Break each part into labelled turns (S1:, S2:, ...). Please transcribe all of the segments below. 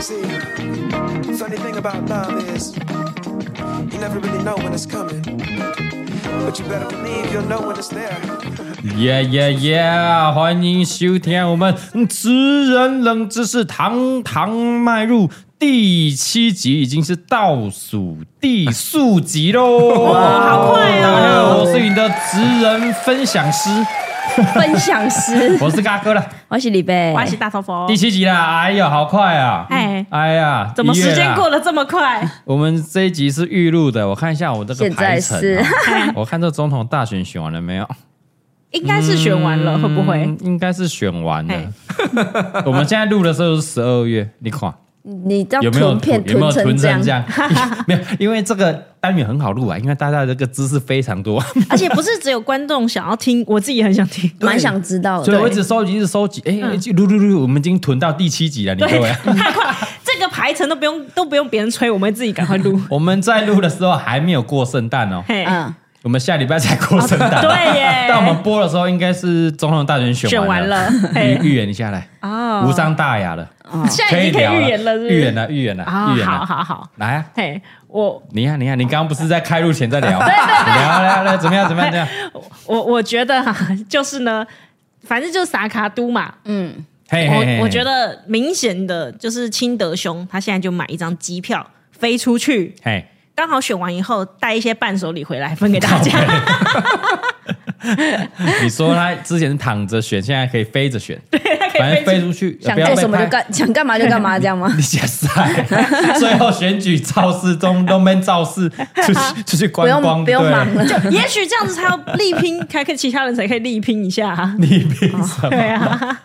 S1: See, funny thing about love is you never really know when it's coming, but you better believe you'll know when it's there.
S2: 耶耶耶！欢迎收听我们嗯职人冷知识，堂堂迈入第七集，已经是倒数第数集喽！哇，好快哦！我是你的职人分享师，
S3: 分享师，
S2: 我是嘎哥了，
S3: 我是李贝，
S4: 我是大头佛
S2: 第。七集啦！哎呀，好快啊！
S4: 哎
S2: 哎呀，
S4: 怎么时
S2: 一月
S4: 间
S2: 啦
S4: 过得这么快？
S2: 我们这一集是预录的，我看一下我这个
S3: 现
S2: 排
S3: 在
S2: 程、
S3: 是
S2: 啊。我看这总统大选选完了没有？
S4: 应该是选完了，会不会
S2: 嗯？应该是选完了
S4: 哎。
S2: 我们现在录的时候是十二月，你看
S3: 你这
S2: 有
S3: 样
S2: 没有
S3: 臀
S2: 囤
S3: 片
S2: 有没有
S3: 囤
S2: 囤
S3: 成这
S2: 成这
S3: 样，
S2: 样？ 没有，因为这个单元很好录啊，因为大家的这个知识非常多，
S4: 而且不是只有观众想要听，我自己也很想听。
S3: 蛮想知道
S2: 所以
S3: 的。
S2: 我一直收集，一直收集，哎，
S4: 嗯
S2: 一直录录录，我们已经囤到第七集了，你各位。
S4: 太快，这个排程都不用都不用别人催，我们自己赶快录。
S2: 我们在录的时候还没有过圣诞 哦，
S4: 嘿，
S3: 嗯，
S2: 我们下礼拜才过圣诞。哦
S4: 哦对耶
S2: 但我们播的时候应该是总统大选选
S4: 选
S2: 完
S4: 完
S2: 了
S4: 了，
S2: 预
S4: 嘿
S2: 预言一下来，
S4: 哦
S2: 无伤大雅了，
S4: 现在已经可
S2: 聊
S4: 以预言了，是不是
S2: 预言了，预言了，
S4: 啊
S2: 预，言
S4: 好
S2: 了，
S4: 好好，
S2: 来啊！
S4: 嘿，我
S2: 你看，你看，你刚刚不是在开录前在聊？聊聊聊，怎么样？怎么样？怎么 样？
S4: 我我觉得哈，就是呢，反正就是萨卡都嘛。
S2: 嘿嘿嘿，
S4: 我我觉，得明显的就是清德兄，他现在就买一张机票飞出去，
S2: 嘿，
S4: 刚好选完以后带一些伴手礼回来分给大 家。
S2: 你说他之前躺着选，现在可以飞着 选，反正飞出去，
S3: 想
S2: 不要
S3: 做
S2: 被
S3: 什么就
S2: 拍。
S3: 干， 想干嘛就干嘛，这样吗
S2: ？你假赛，最后选举造势中都没造 势，出去出去
S3: 不
S2: 观光，
S3: 用不用
S2: 对
S3: 忙了，
S4: 也许这样子才有力拼，才可以其他人才可以力拼一下、 啊。
S2: 你凭什么
S4: 对啊，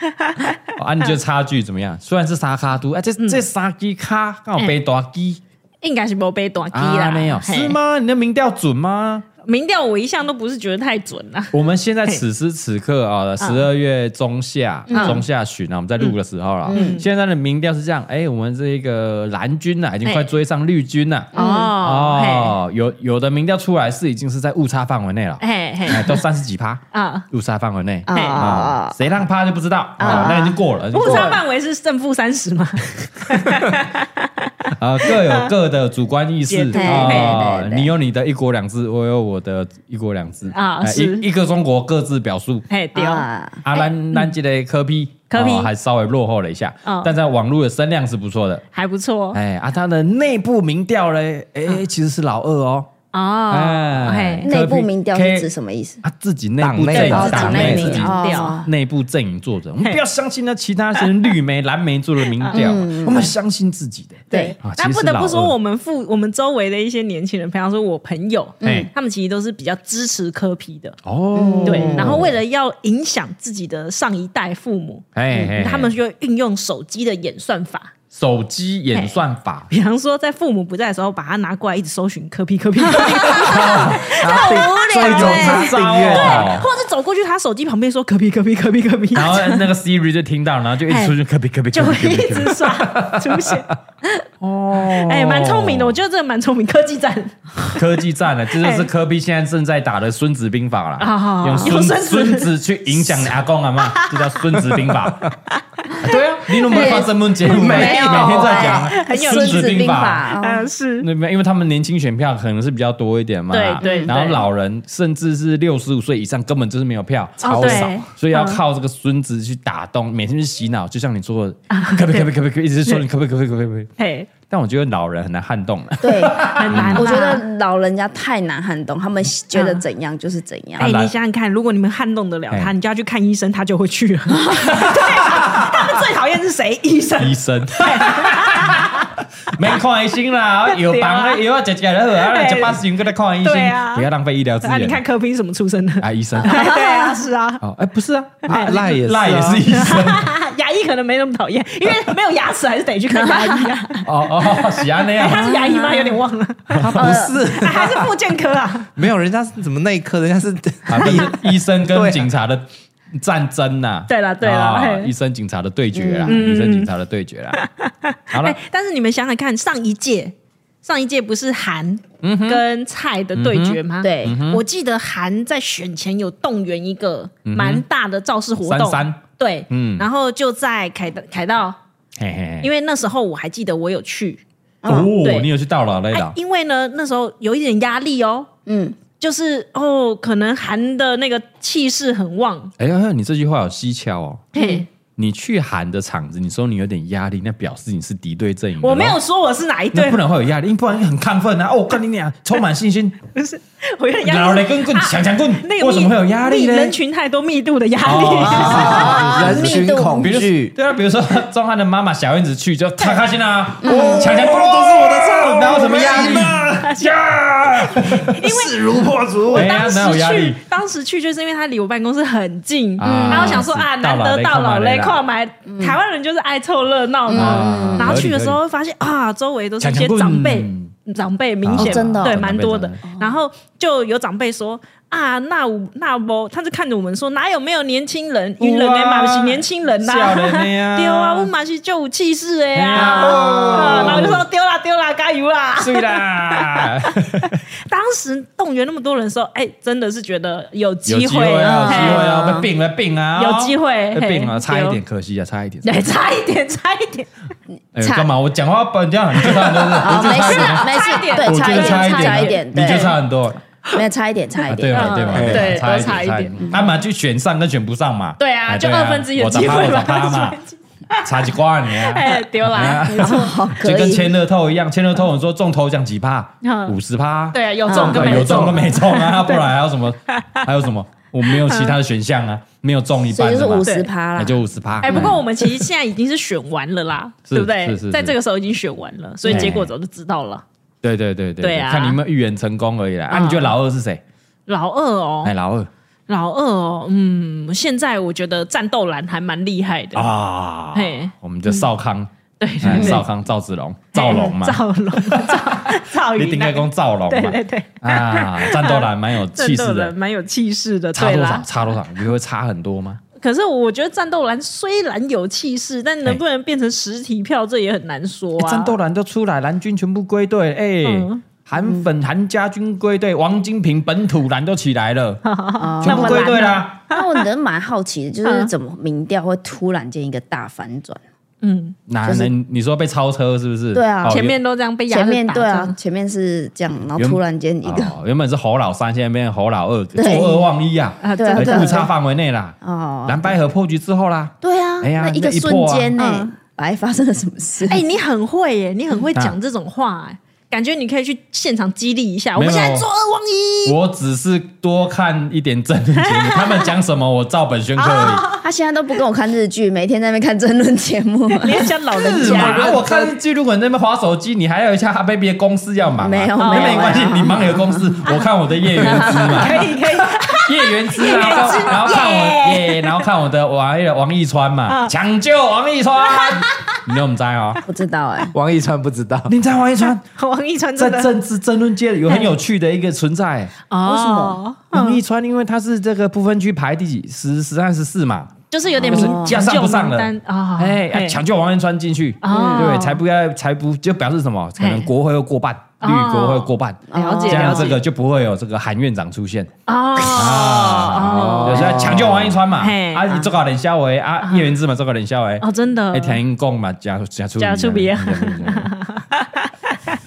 S2: 啊？你觉得差距怎么样？虽然是沙卡都，哎，
S3: 嗯
S2: 这这沙基卡刚好背大基
S4: 应该是没被短击啦，
S2: 啊，没有
S4: 嘿
S2: 是？吗？你的民调准吗？
S4: 民调我一向都不是觉得太准啊啦。
S2: 我们现在此时此刻
S4: 嗯
S2: 啊，十二月中下、中下旬啊，我们在录的时候啦，
S4: 嗯
S2: 现在的民调是这样，哎，我们这个蓝军啊呐、已经快追上绿军了。
S4: 哦，
S2: 嗯哦，有有的民调出来是已经是在误差范围内了，
S4: 嘿嘿
S2: 哎，都三十几趴
S4: 啊，哦
S2: 误差范围内
S3: 啊啊
S2: 啊，
S3: 啊！
S2: 谁让趴就不知道啊，那已经过了，已经过
S4: 误
S2: 了
S4: 差范围是正负 三十嘛？
S2: 啊，各 有各的主观意识
S4: 解读
S2: 啊
S3: 对对，对
S2: 你有你的一国两制，我有我的一国两制
S4: 啊
S2: 哎
S4: 是
S2: 一一个中国各自表述，
S4: 嘿，对哦，
S3: 啊，
S2: 啊，咱咱这个科比，
S4: 科比
S2: 哦还稍微落后了一下
S4: 嗯，
S2: 但在网络的声量是不错的。
S4: 还不错
S2: 哎，啊，他的内部民调嘞，哎，其实是老二哦。
S4: 嗯哦。
S2: 哎
S4: 嘿，
S3: 内部民调是
S2: K-
S3: 指什么意思？
S2: 啊，自己内部
S5: 党
S2: 阵
S5: 内
S2: 营
S5: 哦
S2: 党
S3: 党
S2: 内自
S3: 内民
S2: 己
S4: 民调
S3: 哦
S2: 内部阵营做的，我们不要相信那其他人绿媒、蓝媒做的民
S4: 嗯
S2: 调，我们相信自己的。
S3: 对
S2: 啊，
S4: 但
S2: 其实
S4: 不
S2: 是
S4: 得
S2: 老
S4: 不说，
S2: 二
S4: 我们父我们周围的一些年轻人，比方说我朋友，
S2: 哎
S4: 他们其实都是比较支持科批的，
S2: 哦，
S4: 嗯对。然后为了要影响自己的上一代父母，
S2: 哎哎，
S4: 他们就会运用手机的演算法，
S2: 手机演算法，
S4: 比方说，在父母不在的时候，把它拿过来一直搜寻科 比科比，对，
S3: 无聊欸
S5: 然后订阅订
S2: 哦
S5: 阅
S2: 对
S4: 或者是走过去他手机旁边说科比科比科比科比，
S2: 啊 然后那个 Siri 就听到，然后就一直出去科比科比科
S4: 哎就
S2: 比
S4: 会
S2: 科比
S4: 一
S2: 科比
S4: 直刷出 现。哦， 哎，蛮聪明的，我觉得这个蛮聪明，科技战
S2: 科技战了，
S4: 哎
S2: 这就是科比现在正在打的《孙子兵法》啦，
S4: 啊
S2: 用孙
S4: 用孙子
S2: 孙子去影响你阿公阿妈，这叫《孙子兵法》 啊。对啊，你有没有看这门节
S4: 哎
S2: 目？每
S3: 没有
S2: 每天在讲啊
S3: 哎
S2: 《
S3: 孙子兵
S2: 法》。
S3: 法，哦
S4: 嗯是
S2: 那边，因为他们年轻选票可能是比较多一点嘛，
S4: 对对对
S2: 然后老人甚至是六十五岁以上根本就是没有票，超
S4: 对嗯
S2: 少，所以要靠这个孙子去打动，每天去洗脑，就像你说的，
S4: 啊
S2: 可不可以可不可以可不可以，一直说你可不可以可不可以可不可以。
S4: 嘿，
S2: 但我觉得老人很难撼动 了。
S3: 对，
S4: 哎很难啊。
S3: 我觉得老人家太难撼动，他们觉得怎样就是怎样
S4: 哎，。你
S2: 来
S4: 想想看，如果你们撼动得了
S2: 哎
S4: 他，你就要去看医生，他就会去了。 对啊他们最讨厌是谁？医生。
S2: 医生。没看医生啦，有房有啊，姐姐然后啊，吃八十元跟他看医
S4: 对
S2: 生，
S4: 啊
S2: 不要浪费医疗资
S4: 啊，你看
S2: 源
S4: 柯宾什么出身的？
S2: 啊，医生。
S4: 哎对啊，是啊，
S2: 哦，哎，不是啊，
S5: 啊赖也是啊
S2: 赖也是医生。
S4: 牙医可能没那么讨厌，因为没有牙齿还是得去看牙医啊。
S2: 哦哦，喜安那
S4: 哎他
S2: 样。
S4: 是牙医吗？有点忘了，
S5: 他不 是，
S4: 哎还是附健科啊？
S5: 没有人家是怎么内科，人家是
S2: 啊，那是医生
S5: 对
S2: 跟
S5: 啊
S2: 警察的战争呐、
S4: 对啦对啦
S2: 啊
S4: 嘿
S2: 医生警察的对决啦，医生警察的对决啦。好了
S4: 哎，，但是你们想想看，上一届。上一届不是韩跟蔡的对决吗？
S3: 对嗯，
S4: 我记得韩在选前有动员一个蛮大的造势活动，
S2: 三三
S4: 对，
S2: 嗯哎
S4: 然后就在凯道凯道，
S2: 嘿嘿嘿，
S4: 因为那时候我还记得我有去，
S2: 哦，
S4: 对
S2: 你有去到了那
S4: 哎
S2: 个，
S4: 因为呢那时候有一点压力哦，
S3: 嗯，
S4: 就是哦，可能韩的那个气势很旺，
S2: 哎呀，你这句话有蹊跷哦。
S4: 嘿，
S2: 你去喊的场子，你说你有点压力，那表示你是敌对阵营的咯。
S4: 我没有说我是哪一
S2: 那
S4: 队
S2: 不，能会有压力，不然很亢奋啊！哦，跟你俩充满信心，
S4: 我有点
S2: 老
S4: 压
S2: 雷
S4: 力。啊
S2: 跟棍强强棍，
S4: 那个
S2: 为什么会有压力
S4: 密
S2: 呢？
S4: 人群太多，密度的压 力。
S5: 啊
S3: 哦
S5: 人群恐
S2: 比如
S5: 惧。
S2: 对啊，比如说钟汉的妈妈小燕子去就她开心
S5: 哦
S2: 啊，强强棍都是我的错，哪有什么压力？
S5: 哎 势如破竹
S2: 哎呀
S4: 当，
S2: 哪有
S4: 时
S2: 压力
S4: 去？，当时去就是因为他离我办公室很近，
S2: 啊
S4: 然后想说啊，
S2: 是
S4: 难得
S2: 到
S4: 到
S2: 老
S4: 老
S2: 雷
S4: 雷
S2: 跨
S4: 跨买，台湾人就是爱凑热闹嘛
S5: 啊
S2: 嗯。
S4: 然后去的时
S2: 合
S4: 候发现啊，周围都是一
S2: 强强
S4: 些
S2: 棍
S4: 长辈，长辈明显
S3: 哦真的哦
S4: 对
S2: 长辈
S4: 蛮多的
S2: 长。
S4: 然后就有长辈说啊，那我那我，他就看着我们说哪有没有年轻人，
S2: 有啊
S4: 云人哎，马是年轻人呐
S2: 少年的呀，
S4: 丢啊，我马是就有气势哎
S2: 哎
S4: 呀
S2: 呀
S4: 啊，然后就说丢啦丢啦，加油啦！
S2: 对 啦，
S4: 当时动员那么多人的时候，哎，真的是觉得有
S2: 有
S4: 机
S2: 机
S4: 会
S2: 会啊，有
S4: 嘿
S2: 机会啊，被病了病啊，
S4: 有机会
S2: 被病了，
S4: 嘿
S2: 差一点，可惜啊，差一点。
S4: 对，哎差一点，差一点，
S2: 哎，
S3: 差
S2: 干嘛？我讲话不然这样很正常，
S3: 哦，
S2: 对
S3: 没事
S4: 差
S3: 没
S4: 差一点
S3: 事，
S2: 不对？
S3: 对，
S2: 我
S3: 差
S2: 觉
S3: 一
S2: 得差
S3: 点，差
S2: 一
S3: 一
S2: 点，啊
S3: 点，
S2: 你就差
S3: 对，
S2: 很多。
S3: 没有差一点，差
S2: 啊，
S3: 一
S2: 对
S3: 点，
S2: 嘛，对嘛，
S5: 嗯
S4: 对
S2: 差
S4: 都
S2: 差
S4: 差
S2: 一
S4: 一
S2: 点
S4: 点，嗯
S2: 他嘛就选上跟选不上嘛，
S4: 对啊
S2: 哎
S4: 就二分之一的机会嘛
S2: 我打趴我打趴 嘛，差几挂你啊，
S4: 哎，丢啦，没错，
S3: 好，
S2: 就
S3: 可
S2: 跟签
S3: 以，
S2: 乐透一样，签乐透我说中头奖几趴，
S4: 嗯
S2: 五十趴，
S4: 对啊，有中
S2: 中
S4: 跟
S2: 对有
S4: 没
S2: 中
S4: 中
S2: 跟，没中 啊，不然还有什么？还有什么？我没有其他的选项啊，没有中一
S3: 所
S2: 半
S3: 以就是
S2: 的嘛
S3: 五，十趴
S2: 那
S3: 啦。
S2: 就五十趴。
S4: 哎，不过我 们其实现在已经是选完了啦，
S2: 啊是
S4: 对不
S2: 是
S4: 对
S2: 是是？哎
S4: 在这个时候已经选完了，所以结果早就知道了。
S2: 对对对对
S4: 对啊
S2: 看你们预言成功而已啦。啊，
S4: 嗯
S2: 你觉得老二是谁？
S4: 老二哦
S2: 哎，，老二
S4: 老二哦，嗯，现在我觉得战斗蓝还蛮厉害的，
S2: 啊
S4: 嘿，
S2: 我们就少康，
S4: 对
S2: 哎
S4: 对对，
S2: 少康赵子 龙，赵龙嘛，
S4: 赵龙， 赵赵
S2: 你
S4: 云
S2: 顶该
S4: 那个，
S2: 讲赵龙
S4: 对
S2: 嘛
S4: 对对，
S2: 啊，战斗蓝蛮有气
S4: 战斗
S2: 势
S4: 蓝
S2: 的，
S4: 蛮有气势的，
S2: 差
S4: 对
S2: 多
S4: 啦
S2: 少？。差多少？你会差很多吗？
S4: 可是我觉得战斗蓝虽然有气势，但能不能变成实体票，这也很难说
S2: 欸
S3: 哎
S4: 啊。
S2: 战斗蓝都出来，蓝军全部归队，哎、
S4: 嗯
S2: 韩粉、韩家军归队，王金平本土蓝都起来了，
S3: 哦
S2: 全部归队啦。
S3: 那我人蛮好奇的，就是
S4: 嗯
S3: 怎么民调会突然间一个大反转？
S4: 嗯，
S2: 哪
S3: 就是
S2: 能？你说被超车是不是？
S3: 对啊
S2: 哦
S4: 前面都这样被压着
S3: 前面
S4: 打
S3: 对
S4: 这
S3: 啊
S4: 样，
S3: 前面是这样，然后
S2: 原
S3: 突然间一
S2: 原
S3: 个
S2: 哦原本是侯老三，现在变成侯老二，
S3: 对
S2: 作恶忘一啊，
S4: 啊，
S3: 对啊
S4: 真
S2: 哎
S4: 的
S3: 对啊
S2: 误差范围内啦。
S3: 哦，
S2: 蓝白河破局之后啦，
S3: 对啊，
S2: 哎呀
S3: 那一个
S2: 那一
S3: 瞬
S2: 破啊
S3: 间呢
S4: 嗯，
S3: 哎，发生了什么事？
S4: 哎，你很会耶，你很会
S2: 啊
S4: 讲这种话哎，感觉你可以去现场激励一下。我们
S2: 没有
S4: 现在做二望一，
S2: 我只是多看一点政论节 目，他们讲什么我照本宣科而
S3: 他现在都不跟我看日剧，每天在那边看争论节目。
S4: 你要像老
S2: 已。
S4: 人
S2: 是
S4: 家，
S2: 嘛？啊我看记录本那边划手机，你还有一下哈贝比的公司要忙啊，
S3: 没有
S2: 那
S3: 没有
S2: 没关系，
S3: 没有
S2: 你忙你的公 司，我看我的业余资嘛。
S4: 可以可以，
S2: 叶元之，然后然后看我耶，然后看我的王哎王一川
S3: 啊
S2: 嘛，抢救王一川， 你有没在哦？
S3: 不知道 哎，
S5: 王一川不知道，
S2: 你在王一川
S4: 王一川
S2: 在
S4: 真的
S2: 政治争论界有很有趣的一个存在。
S4: 哦
S3: 为什么
S2: 王一川因为他是这个不分区排第几十十三十四嘛，
S4: 就是有点
S2: 哦就是
S4: 名
S2: 要上不上了
S4: 名单啊，
S2: 哎，啊
S4: 嘿
S2: 抢救王一川进去，
S4: 哦
S2: 对，才不要才不就表示什么？可能
S4: 嘿
S2: 国会会过半，
S4: 哦
S2: 绿国会过半。
S4: 了
S2: 这
S4: 解
S2: 样
S4: 了
S2: 这
S4: 解
S2: 个就不会有这个韩院长出现
S4: 哦
S2: 啊，有
S4: 哦
S2: 时候抢救王一川嘛，
S4: 嘿
S2: 啊，你这个冷肖维啊，叶元之嘛，这个冷肖维，
S4: 哦，真的
S2: 哎，田英贡嘛，加加出
S4: 加出
S2: 鼻
S4: 鼻
S2: 啊
S4: 啊，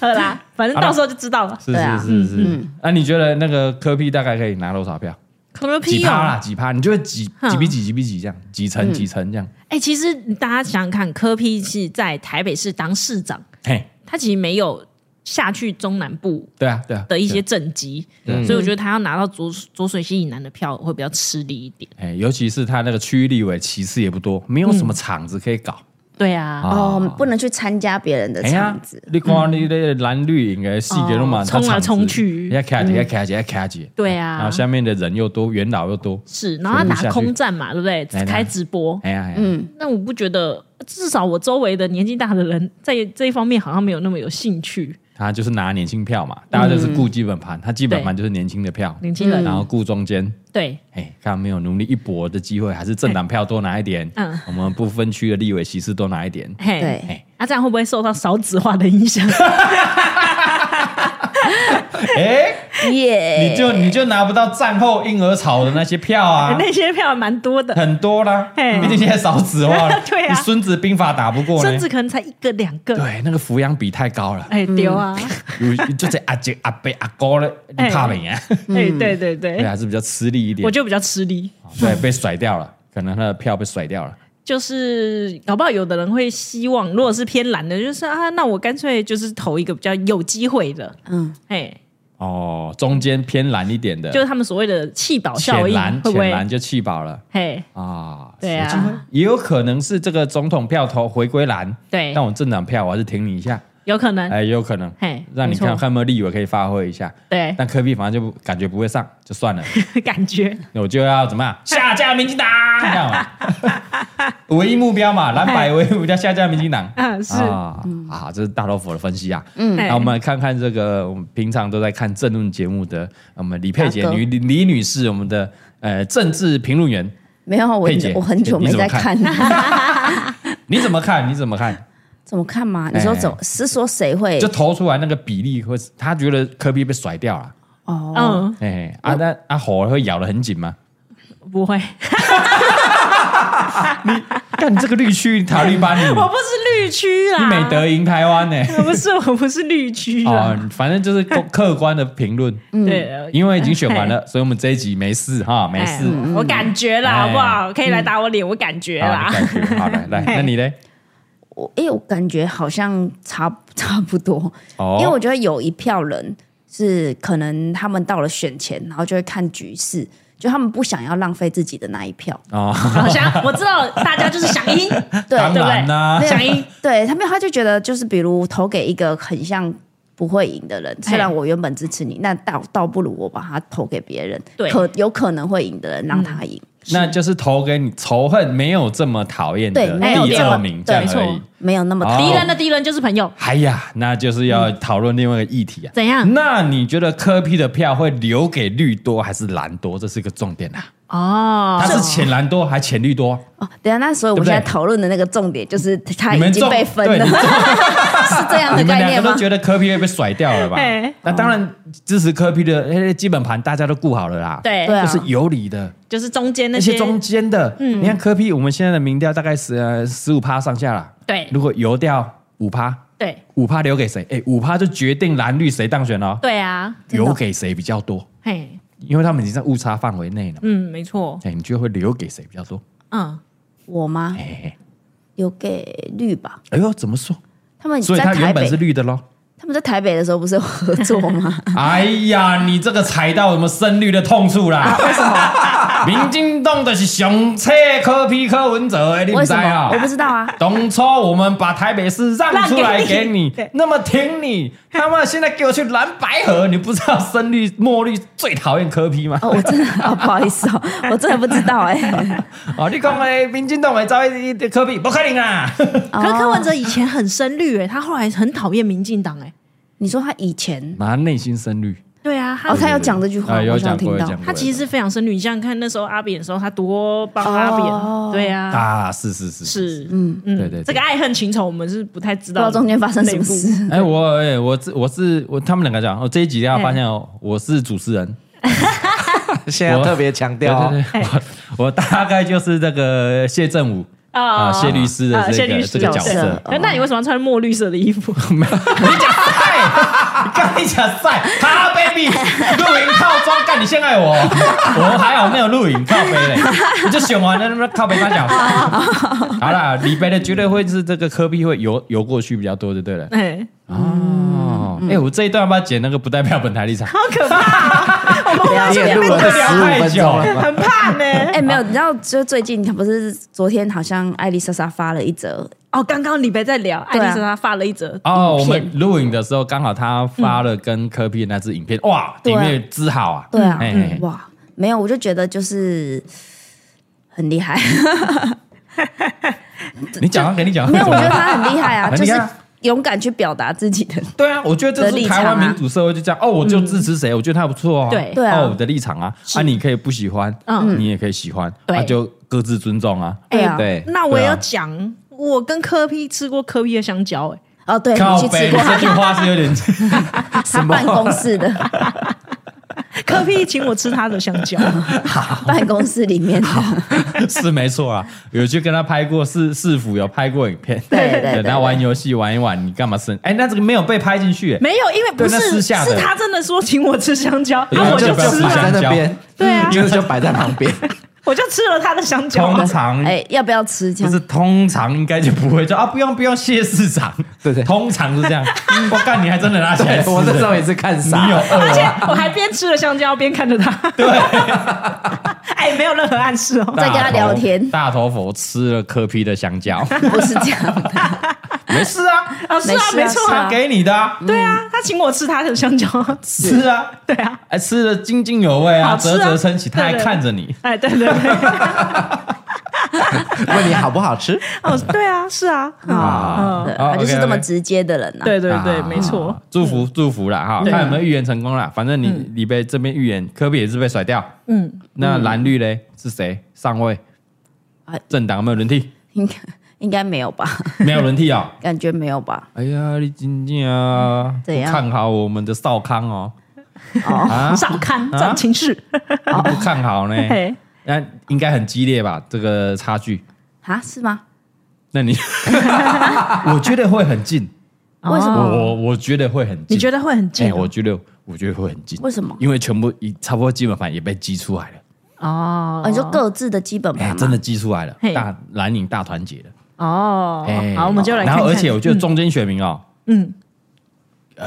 S4: 好啦，反正到时候就知道了。
S2: 是
S3: 对啊
S2: 是是是。那你觉得那个科比大概可以拿多少票？
S4: 可乐
S2: 几
S4: 屁
S2: 趴啊
S4: 哦
S2: 啦？，几趴？你觉得几
S4: 哼
S2: 几比几？几比几这样？几成几成这样？
S4: 哎、其实大家想想看，柯批是在台北市当市长，
S2: 嘿，
S4: 他其实没有下去中南部
S2: 对啊对啊。
S4: 的一些政绩，
S2: 嗯
S4: 所以我觉得他要拿到浊浊水溪以南的票会比较吃力一点。
S2: 哎，尤其是他那个区域立委，其次也不多，没有什么场子可以搞。
S4: 对啊，
S3: 哦，不能去参加别人的
S2: 哎呀
S3: 场子，，
S2: 你看你的蓝绿营的细节都蛮
S4: 哦冲来冲去嗯
S2: 要卡起，要卡起，要卡起。
S4: 对啊
S2: 然后下面的人又多，元老又多。
S4: 是，然后
S2: 全
S4: 他
S2: 部下
S4: 打
S2: 去
S4: 空战嘛，对不对
S2: 来来？
S4: 开直播，
S2: 哎呀，嗯，
S4: 那我不觉得，至少我周围的年纪大的人在这一方面好像没有那么有兴趣。
S2: 他就是拿年轻票嘛，大家就是顾基本盘，他基本盘就是年轻的票，
S4: 嗯年轻人
S2: 然后顾中间。
S4: 对，
S2: 哎，看有没有努力一搏的机会，还是政党票多拿一点，
S4: 嗯
S2: 我们不分区的立委席次多拿一 点，
S4: 嘿，
S3: 对
S4: 那、这样会不会受到少子化的 影响？
S2: 啊哎，
S3: 耶，
S2: 你就你就拿不到战后婴儿潮的那些票啊，
S4: 哎 那些票还蛮多的，
S2: 很多啦，
S4: 嘿，
S2: 毕竟现在少子化了
S4: 对
S2: 你
S4: 啊
S2: 孙子兵法打不过
S4: 甚
S2: 呢
S4: 至，可能才一个两个。
S2: 对，那个抚养比太高了，
S3: 嗯
S4: 哎，丢啊！
S2: 有就这阿姐阿伯阿哥 了，你怕没啊？
S3: 嗯
S4: 哎，对 对
S2: 对，
S4: 对，
S2: 还是比较吃力一点哦
S4: 我，就比较吃力，
S2: 对，被甩掉了，可能他的票被甩掉了，
S4: 就是搞不好有的人会希望，如果是偏蓝的，就是啊，那我干脆就是投一个比较有机会的，
S3: 嗯，
S4: 哎，
S2: 哦，中间偏蓝一点的，
S4: 就是他们所谓的弃保效
S2: 浅
S4: 应，
S2: 蓝
S4: 会不
S2: 浅
S4: 会？
S2: 蓝就弃保了。
S4: 嘿，
S2: 啊，
S4: 对啊
S2: 有机会，也有可能是这个总统票投回归蓝，
S4: 对
S2: 但，我政党票我还是挺你一下，
S4: 有可能，
S2: 哎，也有可能，
S4: 嗯嘿，
S2: 让你
S4: 没错哎
S2: 看看有没有立委可以发挥一下。
S4: 对，
S2: 但科比反正就不感觉不会上，就 算了，
S4: 感觉
S2: 那我就要怎么 样下架民进党，这样嘛， 唯一目标嘛，蓝白唯一目标下架民进党。
S4: 啊是，
S2: 啊啊，这是大老虎的分析啊。
S3: 嗯
S4: 哎
S2: 那我们来看看这个，我们平常都在看政论节目的我们李佩姐
S3: 大哥
S2: 女李李女士，我们的呃政治评论员，
S3: 没有我
S2: 佩姐
S3: 我很久
S2: 你
S3: 没
S2: 怎么
S3: 在
S2: 看
S3: 看，
S2: 你怎么看？你怎么看？
S3: 怎么看嘛？你说
S2: 哎
S3: 怎么是说谁会
S2: 就投出来那个比例会，他觉得科比被甩掉了。
S3: 哦？
S4: 嗯，
S2: 哎、啊，那啊猴会咬得很紧 吗？
S4: 不会，
S2: 嗯干你这个绿区塔利班，你
S4: 我不是绿区啦，
S2: 你美德赢台湾 呢、
S4: 我不是，我不是绿区
S2: 哦
S3: 啊
S4: 啦，，
S2: 反正就是客客观的评论，
S3: 嗯
S4: 对，
S2: 因为已经选完了，所以我们这一集没事哈，没
S4: 哎
S2: 事。
S4: 我感觉啦，
S2: 哎
S4: 好不好？可以来打我脸，我感
S3: 嗯
S4: 觉
S2: 好，
S4: 啦
S3: 啊
S2: 你，感觉好来来，那你嘞？
S3: 我哎，我感觉好像差不 差不多，
S2: 哦
S3: 因为我觉得有一票人是可能他们到了选前，然后就会看局势，就他们不想要浪费自己的那一票，
S2: 哦，
S4: 好像我知道大家就是想 赢，
S3: 对
S2: 当
S4: 对不
S2: 然啦
S4: 对？，想赢，
S3: 对他没有，他就觉得就是比如投给一个很像不会赢的人，虽然我原本支持你，那倒倒不如我把他投给别人，
S4: 对
S3: 可有可能会赢的人让他赢，
S2: 那就是投给你仇恨没有这么讨厌
S3: 对
S2: 的
S3: 没有
S2: 第
S3: 这么
S2: 二名这样
S3: 对
S2: 而
S4: 没
S2: 已
S4: 错。
S3: 没有那么
S2: 哦
S4: 敌人的敌人就是朋友，
S2: 哎呀，那就是要讨论另外一个议题啊。
S4: 怎样？
S2: 那你觉得科批的票会留给绿多还是蓝多？这是个重点啊！
S4: 哦
S2: 它是浅蓝多还浅绿多？
S3: 哦。等一下，那所以我
S2: 对不对
S3: 们现在讨论的那个重点就是他
S2: 你们
S3: 已经
S2: 中
S3: 被分
S2: 对
S3: 了，
S2: 你中
S3: 是这样
S2: 你
S3: 的
S2: 们
S3: 概
S2: 两
S3: 念
S2: 个
S3: 吗
S2: 都？觉得科批会被甩掉了吧
S4: 哎？
S2: 那当然，支持科批的哎基本盘大家都顾好了啦。
S4: 对
S3: 对啊嗯
S2: 就是有理的。
S4: 就是中间那
S2: 那些中间的，你看科批，我们现在的民调大概是呃十五趴上下啦。
S4: 对
S2: 如果油掉五趴，
S4: 对
S2: 五趴留给谁？哎，五趴就决定蓝绿谁当选了，
S4: 对啊，
S3: 真的
S2: 留给谁比较多？
S4: 嘿，
S2: 因为他们已经在误差范围内了。
S4: 嗯，没错，
S2: 哎，你觉得会留给谁比较多？
S4: 嗯，
S3: 我吗？
S2: 哎，
S3: 留给绿吧。
S2: 哎呦，怎么说？
S3: 他们
S2: 所以
S3: 在
S2: 他
S3: 台
S2: 原本
S3: 北
S2: 是，绿的喽。
S3: 他们在台北的时候不是有合作 吗？
S2: 哎呀，你这个踩到什么深绿的痛处啦？啊为什么？ 民进党的是上册科批柯文哲的，你不
S3: 为
S2: 知
S3: 什
S2: 道啊
S3: 么？我不知道啊。
S2: 当初我们把台北市让出来给你，
S4: 对
S2: 那么挺你，他妈现在给我去蓝白河，你不知道深绿墨绿最讨厌柯批吗？
S3: 哦，我真的 哦，不好意思哦，我真的不知道哎、
S2: 哦，你讲诶，民进党诶，招一一柯批，不可能 啊！
S4: 可是柯文哲以前很深绿诶，他后来很讨厌民进党诶，
S3: 你说他以前
S2: 妈，内心深绿，
S4: 对啊，他
S3: 哦，他有讲这句话，
S2: 啊有
S3: 我好
S2: 讲
S3: 像
S2: 过
S3: 听
S2: 有
S3: 到
S2: 讲。过
S4: 他其实是非常深绿，你想想看，那时候阿扁的时候，他多帮阿扁，
S3: 哦
S4: 对啊，
S2: 啊，是是是，
S4: 是，嗯嗯，
S2: 对对对
S4: 这个爱恨情仇我们是不太
S3: 不
S4: 知
S3: 知
S4: 道
S3: 道
S4: 的，
S3: 中间发生什么
S5: 嗯
S3: 事，
S2: 哎，我哎，我是我是我，他们两个讲，我这一集大家发现哦，我是主持人，
S5: 哎 现在要特别强调哦，
S2: 对对对，我我大概就是这个谢振武
S4: 啊
S5: 哦
S2: 啊，谢律师的
S4: 啊
S2: 这
S4: 谢律
S2: 个这
S4: 师
S2: 个角
S4: 角
S3: 色
S2: 色，
S4: 哎那你为什么要穿墨绿色的衣服？
S2: 你干你讲赛，哈 baby，露 营套装，干你陷害我，我还好没有露营靠背嘞，你就选完了，那么靠背发 小。好啦，李白的绝对会是这个科比会游游过去比较多，就对了。
S4: 哎，
S5: 嗯
S2: 哦，哎，我这一段要不要剪那个不代表本台立场？
S4: 好可怕！我们
S5: 不要
S4: 完
S5: 也
S4: 全
S5: 录了十五分钟啊了吧。
S4: 很怕呢。
S3: 哎，没有，你知道，就最近他不是昨天好像艾丽莎莎发了一则
S4: 哦，刚刚李白在聊，爱
S3: 对啊
S4: 丽丝她发了一则
S2: 哦，我
S4: 影片
S2: 们录影的时候刚好他发了跟科比的那支影片，哇，
S3: 对
S2: 里
S3: 啊
S2: 面之好啊，
S3: 对啊，
S2: 哎
S3: 嗯哇，没有，我就觉得就是很 厉害。
S2: 你讲啊，给你讲啊，
S3: 没有，我觉得 他很厉害啊，
S2: 很
S3: 就
S2: 厉
S3: 是
S2: 害
S3: 勇敢去表达自己的。
S2: 对啊，我觉得这
S3: 的
S2: 是
S3: 立
S2: 台
S3: 场
S2: 湾
S3: 啊
S2: 民主社会就这样。哦，我就支持谁，我觉得他不错啊。
S4: 对
S3: 对啊
S2: 哦，我的立场啊，啊，你可以不喜欢，
S4: 嗯
S2: 你也可以喜欢，
S4: 对
S2: 那就各自尊重啊。
S3: 对啊，
S5: 对
S4: 那我也要
S2: 对啊
S4: 讲，我跟柯 P 吃过柯 P 的香蕉、欸，
S3: 哦，对，你去吃
S2: 你
S3: 过
S2: 这句话是有点
S3: 他办公 室的
S4: 哎，柯 P 请我吃他的香蕉，
S3: 办公室里面的，
S2: 是没错啊。有去跟他拍过市市府有拍过影片，
S3: 对对对对
S2: 他玩游戏玩一玩，你干嘛生？哎，那这个没有被拍进去，哎
S4: 没有，因为不
S2: 对那私
S4: 是是
S2: 下的
S4: 他真的说请我吃香蕉，
S2: 对
S4: 然
S2: 啊
S4: 后我
S2: 就
S4: 就
S2: 不要
S4: 吃
S2: 吃香
S4: 了，
S5: 在那边，
S4: 对啊
S5: 因为就摆在旁 边，
S4: 我就吃了他的香蕉啊
S2: 通。常
S3: 哎，要不要吃？
S2: 就
S3: 这样
S2: 是通常应该就不会说啊，不用不用，谢市长。
S5: 对对
S2: 通常是这 样。我干，你还真的拿起来吃？
S5: 我那时候也是看傻
S2: 你有，饿
S4: 而且
S2: 吗？
S4: 我还边吃了香蕉边看着他，对， 哎，没有任何暗示哦。
S3: 在跟他
S2: 大头
S3: 聊天
S2: 大头佛吃了柯皮的香 蕉，
S3: 不是这样的，
S2: 没事啊，
S4: 啊，是啊，
S3: 没事啊
S4: 没错
S3: 是
S4: 啊
S2: 他，给你的啊，
S4: 对啊，他请我吃他的香蕉，
S2: 吃啊，
S4: 对啊，
S2: 哎，吃的津津有味啊，
S4: 好吃啊
S2: 啧啧称奇，他还
S4: 对对
S2: 看着你，
S4: 哎，对对对，
S5: 问你好不好 吃？
S4: 哦，对啊，是啊，啊，
S3: 对
S2: 哦
S3: 他就是
S2: OK，OK
S3: 这么直接的人呐。
S4: 对对对，
S2: 啊
S4: 没错，，
S2: 祝福祝福啦哈，看有没有预言成功啦，反正你你被这边预言，科比也是被甩掉，
S4: 嗯，
S2: 那蓝绿嘞是谁上位
S3: 哎？
S2: 政党有没有轮替？
S3: 应该应该没 有吧？
S2: 没有轮替啊！
S3: 感觉没有吧？
S2: 哎呀，你今天啊，
S3: 怎样
S2: 不看好我们的少康哦，
S3: 哦，
S2: 啊，哎
S4: 少看长情绪，
S2: 不看好呢，
S4: 嘿，
S2: 那应该很激烈吧？这个差距，
S3: 啊，是吗？
S2: 那你，我觉得会很近，
S3: 为什
S2: 我
S3: 么？
S2: 我我觉得会很近。
S4: 你觉得会很
S2: 哎、
S4: 近哦？
S2: 我觉得我觉得会很近，
S3: 为什么
S2: 因为全部一差不多基本盘也被激出来了，
S4: 哦
S3: 哦你说各自的基本
S2: 哎、
S3: 盘
S2: 真
S3: 吗？
S2: 的激出来了
S4: 嘿，
S2: 大蓝营大团结了。
S4: 哦
S2: 哎，
S4: 好，我们就来看
S2: 然
S4: 看。
S2: 后，而且我觉得中间选民哦，呃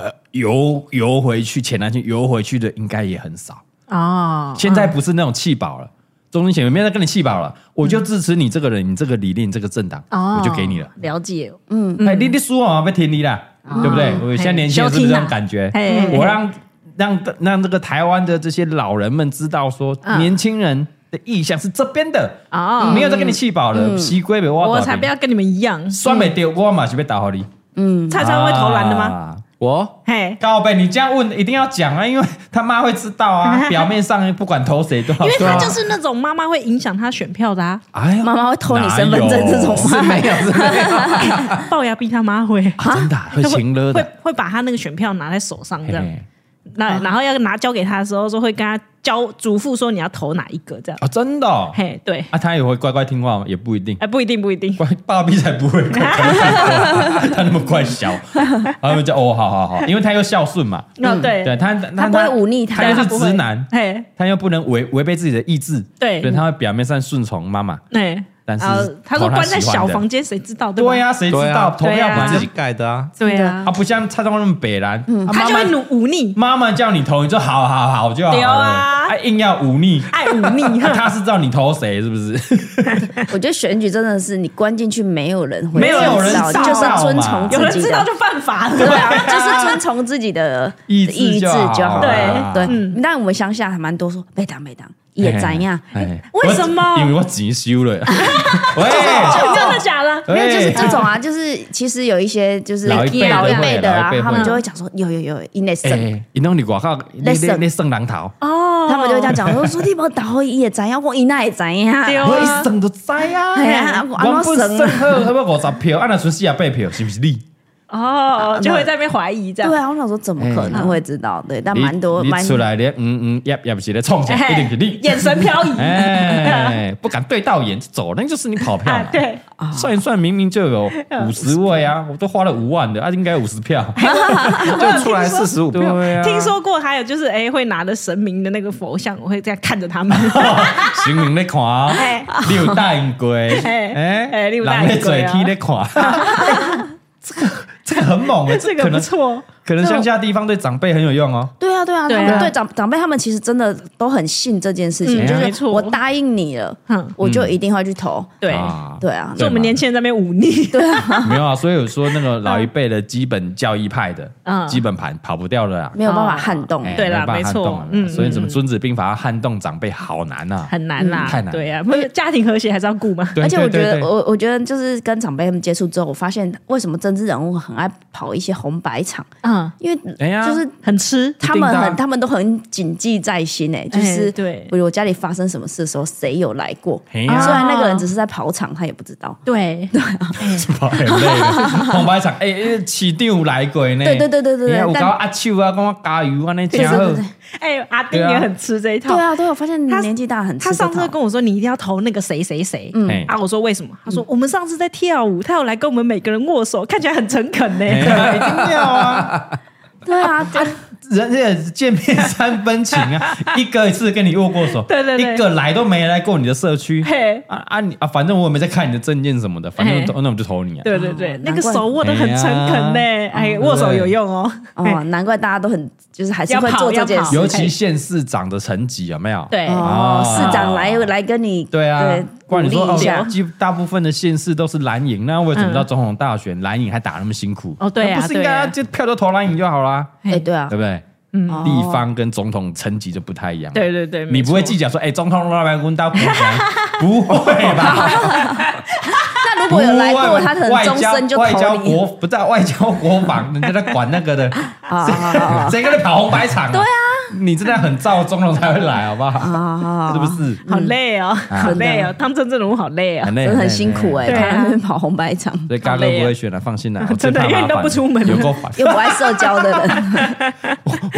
S4: 嗯，
S2: 游游回去前南区游回去的应该也很少。
S4: 哦，
S2: 现在不是那种气饱了，中间选民没有在跟你气饱了，我就支持你这个人，你这个理念，你这个政党，
S4: 哦，嗯
S2: 我就给你了。
S4: 了解，
S2: 哎、你你输啊，被天理啦，
S4: 哦
S2: 对不对？我现在年轻人是不是这种感觉？
S4: 啊嘿嘿嘿
S2: 我让让让这个台湾的这些老人们知道说，
S4: 嗯
S2: 年轻人的意向是这边的，
S4: 哦，嗯
S2: 没有在跟你气饱了，西归北挖
S4: 我才不要跟你们一样。
S2: 酸没丢，我马是被打好你。
S4: 蔡川会投篮的吗？
S2: 嗯啊？
S5: 我
S4: 嘿，
S2: 高贝，你这样问一定要讲啊，因为他妈会知道 啊。表面上不管投谁都好，
S4: 因为
S2: 对
S4: 他
S2: 啊
S4: 就是那种妈妈会影响他选票的啊，
S2: 哎呀
S3: 妈妈会偷你身份证这种
S5: 是没有，是没有，
S4: 龅牙逼他妈会
S2: 哪有真的 啊会情勒
S4: 会
S2: 的。
S4: 会把他那个选票拿在手上这样，
S2: 嘿
S4: 那然后要拿交给他的时候，说会跟他交嘱咐说你要投哪一个这样。
S2: 哦，真的哦
S4: 嘿，对，
S2: 啊，他也会乖乖听话吗？也不一定。
S4: 哎，不一定，不一定。
S2: 乖，爸比才不会乖乖听话，他那么乖巧，然后他们就哦，好好好，因为他又孝顺嘛，
S4: 那哦对
S2: 嗯对他他
S3: 他不会忤逆他
S2: 他又是
S4: 不会
S2: 直男，
S4: 嘿，
S2: 他又不能违违背自己的意志，
S4: 对
S2: 所以他会表面上顺从妈妈，
S4: 哎，
S2: 但是
S4: 然后他说
S2: 投
S4: 关在
S2: 喜欢
S4: 小
S2: 的
S4: 房，间，谁知道？吧
S2: 对，呀，谁知
S5: 对
S2: 道
S5: 啊
S2: 投票
S4: 对
S2: 不是
S4: 啊
S5: 自
S2: 自
S5: 己
S2: 己，
S5: 盖的啊。
S4: 对啊
S2: 他，不像蔡宗那么北蓝，啊
S4: 他就
S2: 妈
S4: 会
S2: 妈
S4: 忤忤逆，
S2: 妈妈叫你投，你就好好好就好
S4: 对
S2: 了，
S4: 啊
S2: 哎硬要忤逆，
S4: 爱忤逆。
S2: 啊 他是知道你投谁是不是？
S3: 我觉得选举真的是你关进去，没有人会
S2: 没有人
S3: 知道
S2: 知道
S3: 就是遵从
S2: 嘛
S4: 有人
S3: 自己
S4: 知道
S3: 的，
S4: 就犯法
S3: 对
S4: 了。
S3: 啊，就是遵从自己的
S2: 意志
S3: 意志
S2: 就
S3: 就
S2: 好
S3: 好了。
S4: 对
S3: 对
S4: 嗯，
S3: 但我们乡下还蛮多说被当被当也怎样，
S2: 哎？
S4: 为什么
S2: 我因为我急修了。喂，
S4: 真的假的？
S3: 没有，就是
S2: 哎
S3: 这种啊，就是其实有一些就是
S2: 老一辈的
S3: 老一辈的
S2: 会老一
S3: 啊
S2: 辈，会
S3: 他们就会讲说有有有 i n n o c e
S2: 哎，你弄你外口，你你
S3: Lesson
S2: 你算人头，
S4: 哦，
S3: 他们就会这样讲说说你无倒伊也知影，我伊那会知影。
S4: 对
S2: 我一
S4: 啊，
S2: 算就知啊。
S3: 哎呀，我
S2: 原
S3: 安
S2: 本
S3: 怎
S2: 算
S3: 算啊？
S2: 好，差不多五十票，啊，那剩四十八票，是不是你？
S4: 哦，就会在那边怀疑这样。
S3: 对啊，我想说怎么可能会知道？对，但啊蛮多
S2: 你
S3: 蛮
S2: 你出来的，嗯嗯，也也不是在冲啥，
S4: 哎
S2: 一定是 你。
S4: 眼神漂移。
S2: 哎，不敢对到眼走，那就是你跑票
S4: 啊
S2: 嘛。，
S4: 对，
S2: 算一算，明明就有五十位啊，我都花了五万的，啊，应该有五十 票。
S5: 就出来四十五票，
S2: 对啊，
S4: 听说过，还有就是，哎，会拿着神明的那个佛像，我会这样看着他们。
S2: 行明在看啊
S4: 哎，
S2: 你有大眼龟，
S4: 哎哎你有
S2: 人
S4: 大眼
S2: 在
S4: 龟
S2: 嘴
S4: 啊
S2: 天在看，哎这个这个很猛哎，
S4: 这
S2: 可
S4: 个不
S2: 能
S4: 错，
S2: 可能乡下地方对长辈很有用哦。
S3: 对啊，对啊，
S4: 对啊
S3: 他们对长长辈他们其实真的都很信这件事情，
S4: 嗯
S3: 就
S4: 没
S3: 是
S4: 错
S3: 我答应你了，
S4: 哼，
S3: 我就一定会去投。
S4: 对，
S2: 啊，
S3: 对啊，
S4: 所以我们年轻人在那边忤逆，对，
S2: 没有啊，所以我说那个老一辈的基本教义派的，
S4: 嗯
S2: 基本盘跑不掉了啦。
S3: 没有办法撼动。
S2: 哎
S4: 对啦
S2: 没办法
S4: 没
S2: 撼
S4: 错
S2: 动了
S4: 嗯
S2: 所以怎么
S4: 嗯
S2: 《孙子兵法》要撼动长辈好难啊，
S4: 很难啦，
S2: 嗯太难
S4: 对啊，不是家庭和谐还是要顾嘛，
S2: 对
S3: 而且我觉
S2: 对
S3: 得
S2: 对，对
S3: 我我觉得就是跟长辈他们接触之后，我发现为什么政治人物很爱跑一些红白场，
S4: 嗯，
S3: 因为
S2: 哎呀，
S3: 就是
S4: 很吃，
S2: 一
S3: 他
S2: 定
S3: 们
S2: 的啊
S3: 很，他们都很谨记在心诶、就是
S4: 哎对啊
S3: 比如我家里发生什么事的时候，谁有来过？
S2: 哎
S3: 虽
S2: 呀
S3: 然那个人只是在跑场，他也不知道。
S4: 对对，
S2: 跑很累的。红白 场，哎、欸，起定来过呢。
S3: 对对对对对
S2: 哎呀有
S3: 对，
S2: 搞
S3: 但
S2: 阿秋啊，跟我加油啊，那
S3: 对
S2: 家
S3: 对对
S2: 伙
S3: 对，
S4: 哎，阿丁也很吃这一套，
S3: 对啊，对，我发现
S4: 他
S3: 年纪大很吃
S4: 他
S3: 这
S4: 上次
S3: 套
S4: 跟我说，你一定要投那个谁谁谁。
S2: 哎
S4: 啊，我说为什么？他说我们上次在跳舞，他有来跟我们每个人握手，看起来很诚恳呢。
S2: 哎呀一定要啊！
S3: 对 啊，对
S2: 人家见面三分情啊，一个是跟你握过手，
S4: 对对对
S2: 一个来都没来过你的社区
S4: 嘿，
S2: 啊啊你啊，反正我也没在看你的证件什么的，反正
S4: 嘿
S2: 我那我就投你啊。
S4: 对对对，那
S3: 难
S4: 个
S3: 怪
S4: 手握得很诚恳呢，
S2: 哎
S4: 哎，
S2: 呀
S4: 握手有用哦。
S3: 哦，难怪大家都很就是还是
S4: 要
S3: 会
S4: 跑
S3: 做这
S4: 要
S3: 件
S4: 跑
S3: 事，
S2: 尤其县市长的层级有没有？
S4: 对
S3: 哦
S2: 哦，
S4: 哎
S3: 市长来来跟你
S2: 对啊，不
S3: 鼓
S2: 然你说
S3: 励一
S2: 哦
S3: 下，，
S2: 基大部分的县市都是蓝营，那为什么到总统大选蓝营还打那么辛苦？
S4: 嗯哦对啊
S2: 那不是应该
S4: 对啊
S2: 要就票都投蓝营就好啦，
S3: 哎，对啊
S2: 对，不对？
S3: 哦
S2: 地方跟总统层级就不太一样。
S4: 对对对，
S2: 你
S4: 没
S2: 不会
S4: 错
S2: 计较说，哎，总统老板问到国强，不会吧？
S3: 那如果有来过，他可能
S2: 啊外
S3: 终
S2: 交
S3: 身就
S2: 外交
S3: 投你
S2: 国不在外交国防，人家在管那个 的，
S3: 啊啊
S2: 谁跟你跑红白场？对啊，你真的很照总统才会来，好不
S3: 啊
S2: 好？
S3: 啊！
S2: 是不是？
S4: 好累哦，
S2: 嗯
S4: 好累哦，汤镇这种好累哦
S2: 很。累，欸
S3: 真的很
S2: 累
S3: 辛苦哎，
S4: 对啊
S3: 他那边跑红白场，
S2: 所以嘎哥不会选了，放心啦，我最
S4: 真的
S2: 怕麻
S4: 因为
S2: 烦
S4: 你都不出门啊
S2: 有够烦。
S3: 又不爱社交的 人，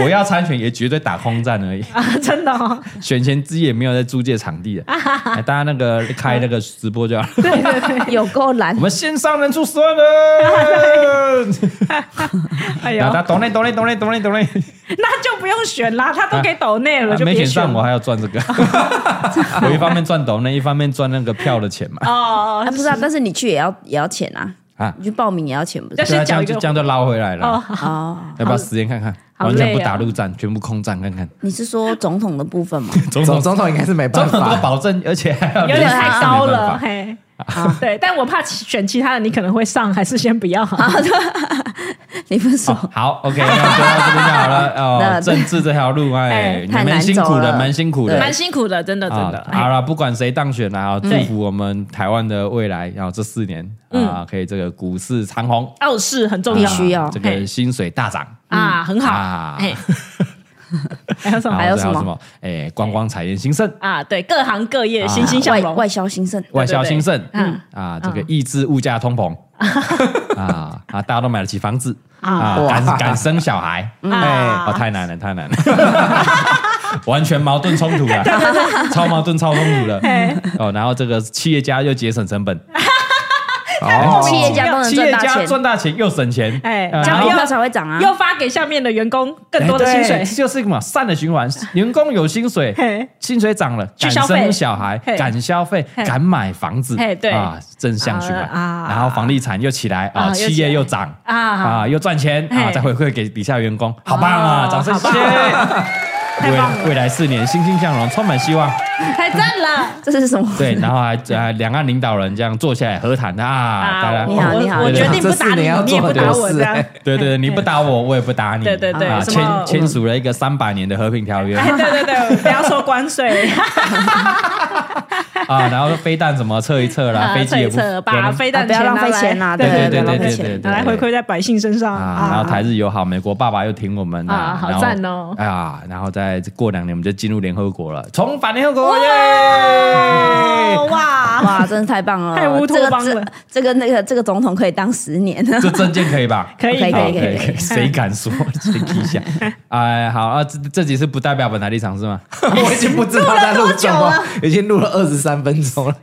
S2: 我要参选也绝对打空战而已，
S4: 啊， 真的 哦，
S2: 选前之夜也没有在租借场 地的，哎大家那个开那个直播就好了。
S3: 有够懒
S2: 我。们线上人出所有 人，
S4: 哎呦
S2: 然后，他懂嘞懂嘞懂嘞懂嘞懂嘞，
S4: 那就不用选啦，他都给抖内了，
S2: 啊
S4: 就
S2: 没
S4: 别
S2: 选
S4: 选
S2: 上我还要赚这 个，我一方面赚懂内，一方面赚那个票的钱嘛，
S4: 哦
S3: 啊，不，是啊，但是你去也要也要钱啊，
S2: 啊
S3: 你去报名也要钱，不
S4: 要
S3: 是？
S2: 对啊，这
S4: 先缴
S2: 样
S4: 一个
S2: 就这样就捞回来
S4: 哦
S2: 了，，
S3: 哦，
S2: 要不要实验看看？
S4: 好
S2: 完全
S4: 累
S2: 不
S4: 哦
S2: 打陆战，全部空战 看看，
S3: 你是说总统的部分 吗？
S2: 总
S5: 总
S2: 统
S5: 总统应该是没
S2: 总
S5: 办
S2: 统这个
S5: 法，
S2: 保证，而且 还要
S4: 有
S2: 连
S4: 点
S2: 续
S4: 太
S2: 上
S4: 高
S2: 没办
S4: 了，
S2: 法啊
S4: 嘿。 对，但我怕选其他的，你可能会上，还是先不 要。
S3: 哦你不是说
S2: 好，OK，那就到这边就好了。哦，
S3: 那
S2: 政治这条路，哎，
S4: 哎
S2: 你
S3: 太
S2: 们
S3: 难
S2: 辛苦
S3: 走
S2: 了，
S3: 了
S2: 蛮辛苦
S3: 对
S2: 的
S4: 蛮。辛苦的，真的真
S2: 啊
S4: 的。，
S2: 好
S4: 哎
S2: 了，不管谁当选啦，啊祝福我们台湾的未来，然后这四年啊，可以这个股市长虹，
S4: 傲视很重
S3: 必
S4: 要
S3: 须要
S2: 这个薪水大涨
S4: 啊，很好。
S2: 啊，
S4: 哎，哦还有什
S2: 然后
S4: 么
S3: 还有
S2: 最
S3: 什
S2: 好
S3: 么
S2: 什么？哎，观光产业兴盛，
S4: 啊？对，各行各业
S2: 啊
S4: 欣欣向
S3: 外
S4: 荣。
S3: 外销兴盛？
S2: 外销兴盛，
S4: 对
S2: 嗯
S4: 嗯
S2: 啊，这个抑制物价通膨啊啊，大家都买得起房子啊，敢敢生小孩，哎，哦，太难了，太难了。 完全矛盾冲突了，超矛盾、超冲突了。哦，然后这个企业家又节省成本，
S5: 哦
S3: 企业家都能
S2: 企
S3: 赚
S2: 业
S3: 大
S2: 家
S3: 钱，
S2: 赚大钱又省钱，
S4: 哎
S2: 呃
S3: 这
S4: 加
S3: 样
S2: 然
S3: 股
S4: 油
S2: 后
S3: 票才会涨啊！
S4: 又发给下面的员工更
S2: 哎
S4: 多的薪水
S2: 对。就是嘛善的循环。 员工有薪水
S4: 嘿，
S2: 薪水涨了，
S4: 去
S2: 敢
S4: 消费
S2: 生小孩，
S4: 嘿
S2: 敢消费，
S4: 嘿
S2: 敢买房子，
S4: 嘿对
S2: 啊，正向循环
S4: 啊啊
S2: 然后房地产又起来啊，
S4: 啊又
S2: 企
S4: 起来
S2: 业又涨
S4: 啊
S2: 啊，又赚钱啊，
S4: 嘿
S2: 再回馈给底下员工，好棒啊！
S4: 哦
S2: 掌声谢谢。
S4: 太棒了
S2: 未未来四年欣欣向荣，充满希望。
S4: 太赞了！
S3: 这是什么？
S2: 对，然后还还两岸领导人这样坐下来和谈啊，大家
S4: 啊，
S3: 你好
S4: 我
S3: 你好
S4: 我
S2: 对
S4: 决
S2: 对
S4: 定不打
S5: 这四
S4: 你
S5: 年要，
S4: 你也不
S5: 做的
S4: 打我
S5: 事
S4: 这样。哎
S2: 对对，你不打我，我也不打你。
S4: 对对对
S2: 啊
S4: 什
S2: 签
S4: 么
S2: 签署了一个三百年的和平条约
S4: 哎，对对对，不要说关税，
S2: 啊，然后飞弹什么测一测啦，
S4: 啊
S2: 飞机也不
S4: 测一测把
S2: 不能
S4: 飞
S3: 啊
S4: 弹
S3: 不要浪费钱
S4: 拿
S3: 呐，
S4: 来
S2: 对对对
S3: 对不
S2: 对
S3: 要浪费
S2: 对
S3: 钱。
S2: 对，
S4: 拿来回馈在百姓身上
S2: 啊，然后台日友好，美国爸爸又挺我们的
S4: 啊好赞哦
S2: 啊，然后再过两年我们就进入联合国了，重返联合国耶！
S4: 哦 哇，
S3: 哇，真的太棒了！
S4: 太乌托邦了
S3: 这个这这个那个这个总统可以当十 年，
S2: 这证件可以吧？
S4: 可以
S3: 可以
S2: 好
S4: 可以嗯
S3: 可以
S4: 可以，
S2: 谁敢说？谁一 下？哎，好啊，这这集是不代表本台立场是吗？
S5: 我已经不知道在录什
S4: 啊
S5: 么，已 经录了二十三分钟了。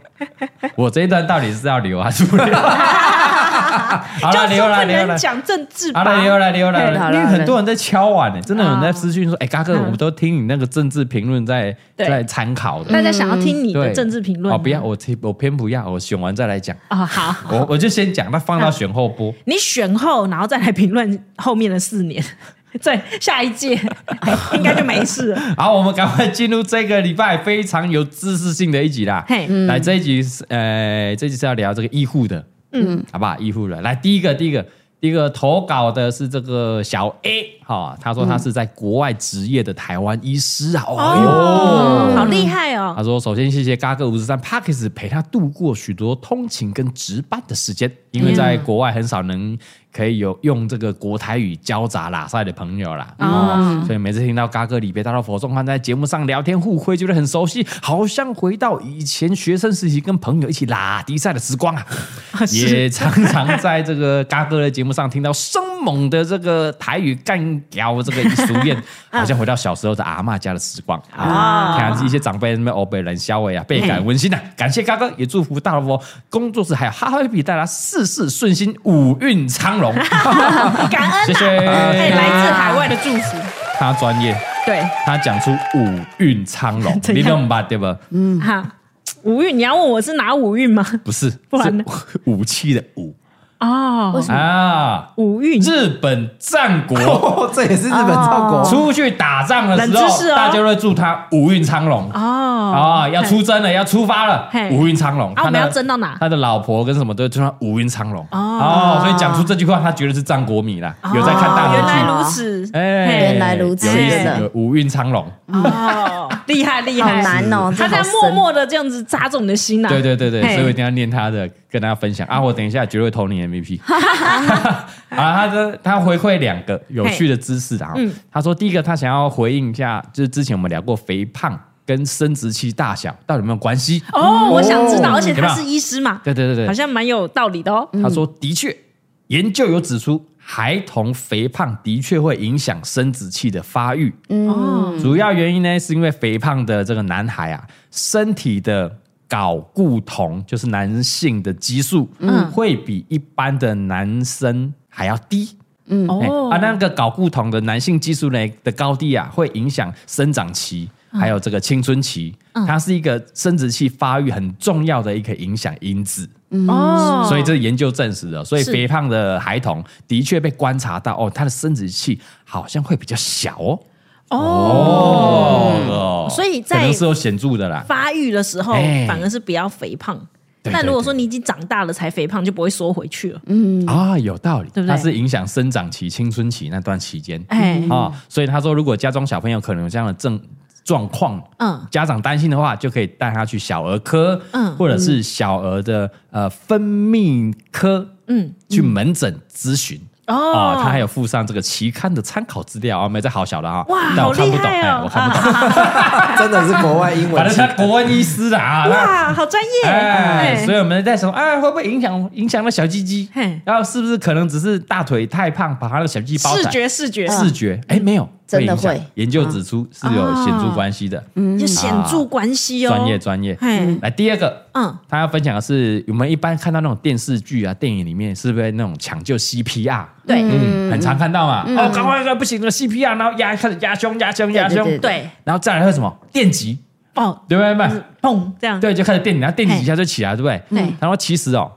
S2: 我这一段到底是要留还是不留？好了，
S4: 就是
S2: 留了
S4: 不
S2: 留了
S4: 能。讲政治吧
S2: 好？了，啊留了留了，
S3: 好了
S2: 因为
S3: 好了
S2: 很多人在敲碗呢，真的有人在私讯说：“哎，嘎哥，
S4: 哦嗯
S2: 我们都听你那个政治评论在
S4: 对
S2: 在参考的。
S4: 大家想要听你
S2: 对
S4: 的政治评论
S2: 哦，
S4: 吗？
S2: 不要，我听我偏不要，我选完再来 讲。
S4: 啊！好，
S2: 我我就先讲，那放到选后播。
S4: 你选后，然后再来评论后面的四年， 再下一届 应该就没事了。
S2: 好，我们赶快进入这个礼拜非常有知识性的一集啦。
S4: 嘿，
S2: 来这一集是，呃，这一集是要聊这个医护的，嗯，好不好？医护的，来第一个，第一个，第一个投稿的是这个小 A 哈、他说
S4: 嗯
S2: 他是在国外职业的台湾医师啊，哦
S4: 哦，
S2: 哟。
S4: 好厉害哦！
S2: 他说：“首先谢谢嘎哥五十三 Parkes 陪他度过许多通勤跟值班的时间，因为在国外很少能可以有用这个国台语交杂拉塞的朋友啦。哦，所以每次听到嘎哥里别大到佛中汉在节目上聊天互挥，觉得很熟悉，好像回到以前学生时期跟朋友一起拉迪赛的时光啊。也常常在这个嘎哥的节目上听到生猛的这个台语干掉这个俗谚，好像回到小时候的阿嬷家的时光啊！看一些长辈在那边欧北人消委啊，倍感温馨啊！感谢嘎哥，也祝福大萝卜工作室还有哈哈比大家事事顺心，五运昌 隆。
S4: 感恩
S2: 谢谢，
S4: 哎，来自海外的祝福，
S2: 他专业，
S4: 对，
S2: 他讲出五运昌隆，
S4: 怎
S2: 你
S4: 样
S2: 懂吧？对吧？
S4: 嗯
S3: 嗯
S4: 哈。五运，你要问我是哪五运吗？
S2: 不是，
S4: 不然呢
S2: 是武器的武
S4: 哦，
S2: 啊！
S4: 五运
S2: 日本战国。
S5: 哦， 这也是日本赵国，
S2: 出去打仗的时
S4: 冷知
S2: 候，
S4: 识哦
S2: 大家都会祝他五运昌隆啊、
S4: 哦，
S2: 要出征了，要出发了
S4: 嘿，
S2: 五运昌隆。
S4: 啊，我
S2: 他
S4: 们
S2: 的
S4: 要争到哪？
S2: 他的老婆跟什么都会祝他五运昌隆
S4: 哦
S2: 哦所以讲出这句话，他绝对是战国迷啦，有在看大
S4: 哦
S2: 河
S4: 原来
S2: 剧。
S4: 如此，
S2: 哎，
S3: 原来如此
S2: 有意
S4: 是
S2: 思，有五运昌隆。
S4: 哦，厉害厉
S3: 好
S4: 害，
S3: 难哦，
S4: 他
S3: 这
S4: 在
S3: 好
S4: 默
S3: 深
S4: 默的这样子扎中你的心呐、
S2: 对对对对，
S4: 嘿嗯
S2: 所以我一定要念他的，跟大家分享啊！我等一下绝对会投你 MVP。啊，他的他回馈两个有趣的知识啊
S4: 嗯，
S2: 他说第一个他想要回应一下，就是之前我们聊过肥胖跟生殖器大小到底有没有关系？
S4: 哦，我想知道，
S2: 哦
S4: 而且
S2: 有没
S4: 他
S2: 有
S4: 是医师嘛，
S2: 对对对
S4: 好
S2: 对，
S4: 像蛮有道理的哦。
S2: 他说的确，研究有指出，孩童肥胖的确会影响生殖器的发育，
S3: 嗯
S4: 哦，
S2: 主要原因呢，是因为肥胖的这个男孩啊，身体的睾固酮，就是男性的激素，嗯，会比一般的男生还要低。嗯，
S4: 哦
S2: 啊，那个睾固酮的男性激素呢的高低啊，会影响生长期，还有这个青春期，它是一个生殖器发育很重要的一个影响因子。
S4: 哦，
S2: 所以这是研究证实的，所以
S4: 是
S2: 肥胖的孩童的确被观察到哦，他的生殖器好像会比较小哦。哦，
S4: 所以在
S2: 可能是有显著的啦。
S4: 发育的时候
S2: 哎
S4: 反而是不要肥胖。
S2: 对
S4: 但
S2: 对
S4: 如果
S2: 对
S4: 说你已经长大了才肥胖，就不会缩回去了。
S2: 啊，有道理，
S4: 嗯对不对
S2: 它是影响生长期、青春期那段期间啊、
S4: 哎，
S2: 所以他说，如果家中小朋友可能有这样的症状况，
S4: 嗯
S2: 家长担心的话，就可以带他去小儿科，
S4: 嗯
S2: 或者是小儿的呃分泌科，
S4: 嗯，
S2: 去门诊咨询。
S4: 哦
S2: 啊，他还有附上这个期刊的参考资料啊，没在好小的啊，
S4: 哇，
S2: 但
S4: 好
S2: 我看
S4: 厉
S2: 不懂，
S4: 害
S2: 哎，
S4: 哦
S2: 我！看不 懂，
S4: 啊
S5: 真的是国外英
S2: 反
S5: 文
S2: 正
S5: 系
S2: 他国文医师的啊，他
S4: 哇，好专业！
S2: 哎，所
S4: 哎，
S2: 以我们在想，哎，会不会影响影响到小鸡鸡
S4: 嘿？
S2: 然后是不是可能只是大腿太胖，把他的小鸡鸡包
S4: 视
S2: 起来？
S4: 觉视觉
S2: 视觉，哎，没有，
S3: 真的
S2: 影响
S3: 会
S2: 研究指出是有显著关系的。
S4: 就显著关系哦。
S2: 啊专业，专业
S4: 嗯嘿。
S2: 来第二个，
S4: 嗯，
S2: 他要分享的是，我们一般看到那种电视剧啊、电影里面，是不是那种抢救 CPR？
S4: 对
S2: 嗯，很常看到嘛。哦，赶快，赶快不行了，CPR，然后压开始压胸，压胸，压胸，
S3: 对嗯
S4: 对，
S2: 然后再来会什么电击，
S4: 哦，
S2: 对不对？
S4: 砰，这样
S2: 对，就开始电你，然后电你几下就起来，对不对？
S4: 对
S2: 他说其实哦，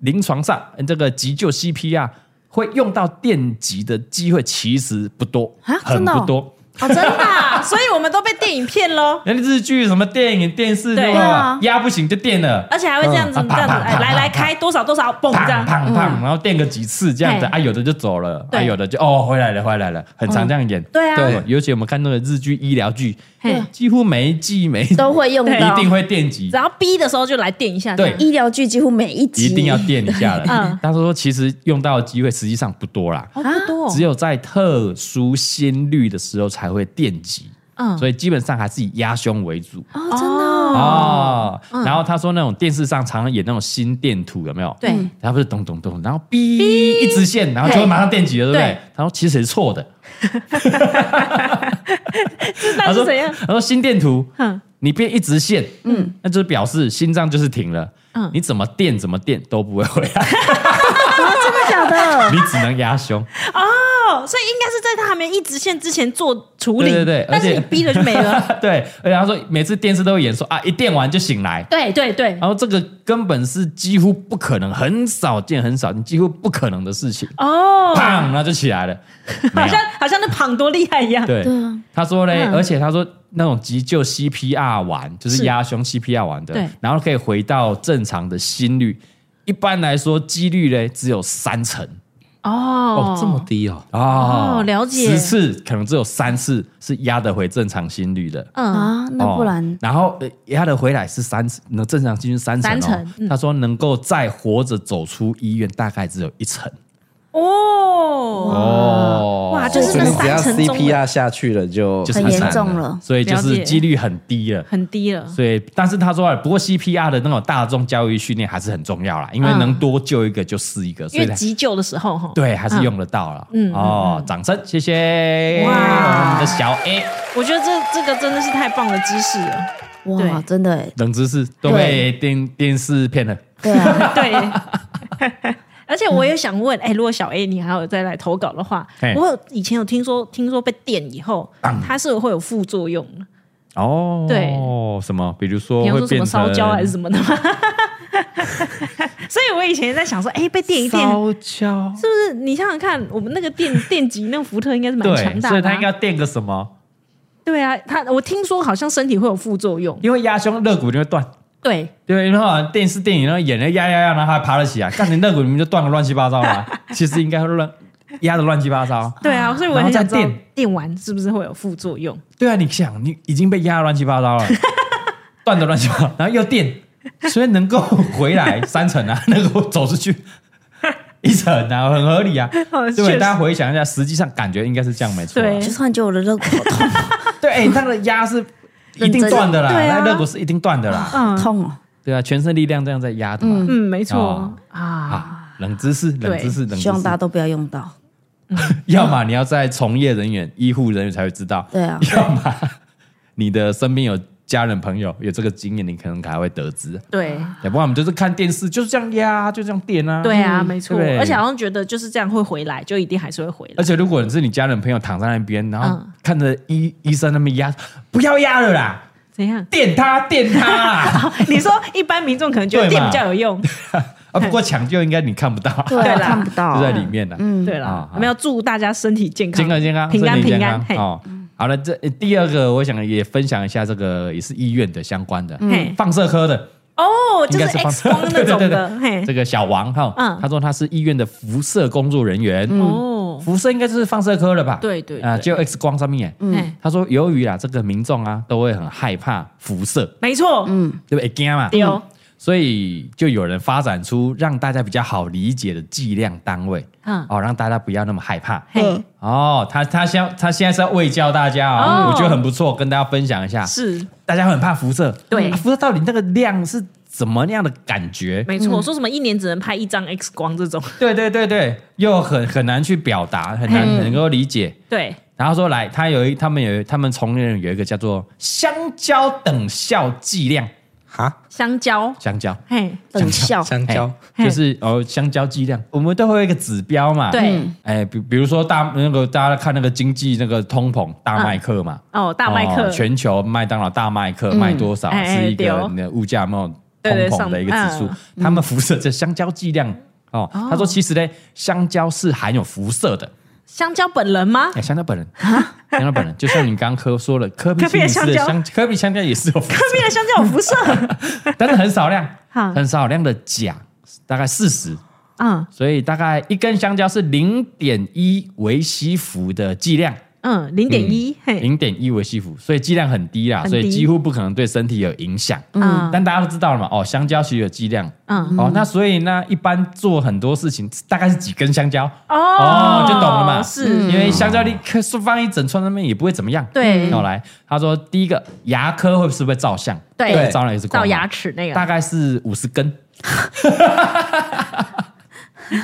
S2: 临床上嗯这个急救 CPR 会用到电极的机会其实不多，很
S3: 真的哦
S2: 不多。
S4: 哦，真的啊， 所以我们都被电影骗喽，
S2: 那日剧什么电影、电视
S4: 对
S3: 啊
S2: 对吧？压不行就电了。
S4: 而且还会这样子
S2: 嗯啊
S4: 这样子，
S2: 啪啪
S4: 哎
S2: 啪
S4: 来来
S2: 啪啪
S4: 开多少多少，砰，
S2: 砰
S4: 这样
S2: 砰。砰，然后电个几次这样子，
S4: 嘿
S2: 啊，有的就走了，啊，
S4: 对
S2: 有的就哦回来了，回来了，很常这样演。
S4: 对啊
S5: 对
S2: 尤其我们看那个日剧、医疗剧哎
S4: 嘿，
S2: 几乎每一季 每一
S3: 都会用
S2: 一
S3: 到，
S2: 定会电击
S4: 只。要逼的时候就来电一下。
S2: 对
S4: 这样
S3: 医疗剧几乎每一集
S2: 一定要电一下了
S4: 嗯。
S2: 他说，其实用到的机会实际上不多啦，
S4: 哦，不多哦，
S2: 只有在特殊心率的时候才会电击，
S4: 嗯
S2: 所以基本上还是以压胸为主
S3: 哦，真的哦
S2: 哦。
S4: 嗯
S2: 然后他说，那种电视上常常演那种心电图，有没有？
S4: 对
S2: 嗯，他不是咚咚咚，然后哔一直线，然后就会马上电击了，对不对
S4: 对？
S2: 他说其实是错的，
S4: 那
S2: 他
S4: 是
S2: 说
S4: 怎样？
S2: 他说心电图
S4: 嗯，
S2: 你变一直线，嗯，那就是表示心脏就是停了，嗯，你怎么电怎么电都不会回来。
S3: 的，
S2: 你只能压胸，
S4: 哦，所以应该是在他还没一直线之前做处理，
S2: 对对对而
S4: 但是
S2: 且
S4: 你逼了就没了。
S2: 对。而且他说每次电视都会演说啊，一电完就醒来，
S4: 对对对，
S2: 然后这个根本是几乎不可能，很少见，很少，你几乎不可能的事情。
S4: 哦，
S2: 砰，然后就起来了，没
S4: 好
S2: 有。
S4: 像好像那胖多厉害一 样。
S2: 对，他说嘞，
S4: 嗯
S2: 而且他说那种急救 CPR 完，就是
S4: 是
S2: 压胸 CPR 完的
S4: 对，
S2: 然后可以回到正常的心率，一般来说几率嘞只有三成
S4: 哦
S5: 低哦，
S2: 哦
S4: 哦了解
S2: 十次可能只有三次是压得回正常心率的。
S4: 嗯，
S3: 啊，那不
S2: 哦
S3: 然，
S2: 然后呃压得回来是三成，那正常心率三成、哦，
S4: 三成嗯
S2: 他说能够再活着走出医院，大概只有一成
S4: 哦，
S2: 哦
S4: 哇，就是
S5: 所
S4: 那
S5: 以你只要
S4: 三层中
S2: 啊
S5: CPR 下去了就
S2: 就是
S3: 很
S2: 很
S3: 严
S2: 难
S3: 重了
S2: 所以就
S4: 了
S2: 是
S4: 解
S2: 几率很低了。
S4: 很低了。
S2: 所以，但是他说啊，不过 CPR 的那种大众教育训练还是很重要啦，因为
S4: 嗯
S2: 能多救一个就是一个，所
S4: 因
S2: 以
S4: 为急救的时候哈，
S2: 对还是用得到了。
S4: 嗯嗯
S2: 哦，掌声，谢谢
S4: 哇
S2: 我们的小 A
S4: 我觉得这这个真的是太棒的知识了。
S3: 哇，
S4: 对
S3: 真的耶，
S2: 冷知识都被电电视骗了。
S3: 对 啊，
S4: 对， 而且我也想问，哎、如果小 A 你还有再来投稿的话
S2: 嘿，
S4: 我有以前有听说，听说被电以后，它是会有副作用的，
S2: 哦，
S4: 对，
S2: 什么？比如说
S4: 比方
S2: 哦会
S4: 说什
S2: 变
S4: 么
S2: 成
S4: 烧焦还是什么的嘛。 所以我以前也在想说，哎、被电一电，
S2: 烧焦，
S4: 是不是？你想想看，我们那个电电极，那个福特应该是蛮强
S2: 对，
S4: 大
S2: 所以
S4: 的
S2: 他
S4: 啊、
S2: 应该垫个什么？
S4: 对啊，它我听说好像身体会有副作用，
S2: 因为压胸肋骨就会断。
S4: 对，
S2: 对，然后好像电视电影然后演了压压压，然后还爬了起来，干你肋骨你们就断个乱七八糟了。啊 其实应该会乱压的乱七八糟。
S4: 对啊，所以我
S2: 然后
S4: 很想
S2: 再
S4: 知道
S2: 电
S4: 电完是不是会有副作用？
S2: 对啊，你想，你已经被压得乱七八 糟了，断的乱七八糟，然后又电，所以能够回 来三层啊，能够走出去一层啊，很合理啊，
S4: 哦
S2: 对不
S4: 确
S2: 对？
S4: 实
S2: 大家回想一下，实际上感觉应该是这样，没错啊。
S4: 对
S3: 就突然觉得我的肋骨好 痛
S2: 对，哎，那个压是一定断的啦，
S4: 对啊
S2: 那肋骨是一定断的啦，
S4: 嗯
S3: 痛哦，
S2: 对啊，全身力量这样在压的嘛。
S4: 嗯，没错、
S2: 哦
S4: 啊。
S2: 啊，冷知识，冷知识，冷知
S3: 希望大家
S2: 识。
S3: 都不要用到。
S2: 要么你要在从业人员、医护人员才会知道，
S3: 对 啊，
S2: 要么你的身边有家人朋友有这个经验，你可能才会得知。
S4: 对
S2: 要不然我们就是看电视，就是这样压，就这样电啊。
S4: 对啊，没错，
S2: 对
S4: 而且好像觉得就是这样会回来，就一定还是会回
S2: 而
S4: 来。
S2: 且如果你是你家人朋友躺在那边，然后
S4: 嗯
S2: 看着医医生那么压，不要压了啦，？
S4: 怎样
S2: 电他电他啊啦。
S4: 你说一般民众可能觉得
S2: 对嘛
S4: 电比较有用，
S2: 啊，不过抢救应该你看不到，
S3: 对
S4: 对
S3: 啊，
S4: 啦
S3: 看不 到
S2: 就，在里面了。嗯，
S4: 对
S2: 啊
S4: 啦，
S2: 啊
S4: 我们要祝大家身体健康，
S2: 健康健康，
S4: 平安
S2: 身体
S4: 平
S2: 健
S4: 安
S2: 康。
S4: 嘿，嗯
S2: 哦。好了，这呃第二个我想也分享一下，这个也是医院的相关的
S4: 嘿
S2: 放射科的，
S4: 哦，
S2: 嗯应
S4: 就
S2: 该
S4: 是
S2: 是放
S4: X 光那种
S2: 对对
S4: 的，嘿，
S2: 这个小王哈，
S4: 嗯
S2: 他说他是医院的辐射工作人员，
S4: 哦，
S2: 辐射应该就是放射科了吧？
S4: 对对
S2: 啊，
S4: 对
S2: 就 X 光上面耶。
S4: 嗯，
S2: 他说，由于啊，这个民众啊都会很害怕辐射，
S4: 没错，嗯，
S2: 对不对？会惊嘛，
S4: 对哦
S2: 嗯所以就有人发展出让大家比较好理解的剂量单位，
S4: 嗯
S2: 哦，让大家不要那么害怕。
S4: 嘿，
S2: 哦，他他现他现在是要喂教大家哦，
S4: 哦
S2: 我觉得很不错，跟大家分享一下。
S4: 是
S2: 大家很怕辐射，
S4: 对
S2: 啊辐射到底那个量是怎么样的感觉？
S4: 没错，说什么一年只能拍一张 X 光这种，
S2: 对对对对，又很很难去表达，很难
S4: 嗯
S2: 能够理解。
S4: 对，
S2: 然后说来，他有一，他们有一，他们从业人员有一个叫做香蕉等效剂量，
S5: 哈
S4: 香蕉，
S2: 香蕉，
S4: 嘿，
S3: 等效
S5: 香蕉
S2: 哎就是哦，香蕉剂量，我们都会有一个指标嘛。
S4: 对，
S5: 嗯
S2: 哎，比比如说大那个大家看那个经济那个通膨大麦克嘛，
S4: 哦，大麦
S2: 哦
S4: 克，
S2: 全球麦当劳大麦
S5: 嗯
S2: 克卖多少
S4: 哎哎
S2: 是一
S4: 对
S2: 个
S4: 哦
S2: 你的物价有没有
S4: 对对
S2: 通膨
S4: 上
S2: 的一个指数
S4: 嗯，
S2: 他们辐射这香蕉剂量哦，他说其实呢，香蕉是含有辐射的。
S4: 香蕉本人吗？
S2: 哎，香蕉本人 香蕉本人，就像你刚刚科说了，科比
S4: 啊科比的
S2: 西里斯的
S4: 香蕉
S2: 香，科比香蕉也是有辐
S4: 科比的香蕉有 辐射，
S2: 射，但是很少量，
S4: 好
S2: 很少量的钾，大概四十，
S4: 嗯
S2: 所以大概一根香蕉是零点一微西弗的剂量，
S4: 嗯，零点一，嘿，
S2: 零点一微西弗，所以剂量很低啦，
S4: 很低
S2: 所以几乎不可能对身体有影响。
S4: 嗯
S2: 但大家都知道了嘛，哦，香蕉其实有剂量。
S4: 嗯，
S2: 哦，那所以呢，一般做很多事情大概是几根香蕉，
S4: 哦
S2: 哦，就懂了嘛。
S4: 是，
S2: 因为香蕉你可放一整串那边也不会怎么样。
S4: 对
S2: 那我来，他说第一个牙科会是不是会照相？
S4: 对
S2: 会照那也是
S4: 到牙，齿那
S2: 大
S4: 个，
S2: 概是五十根。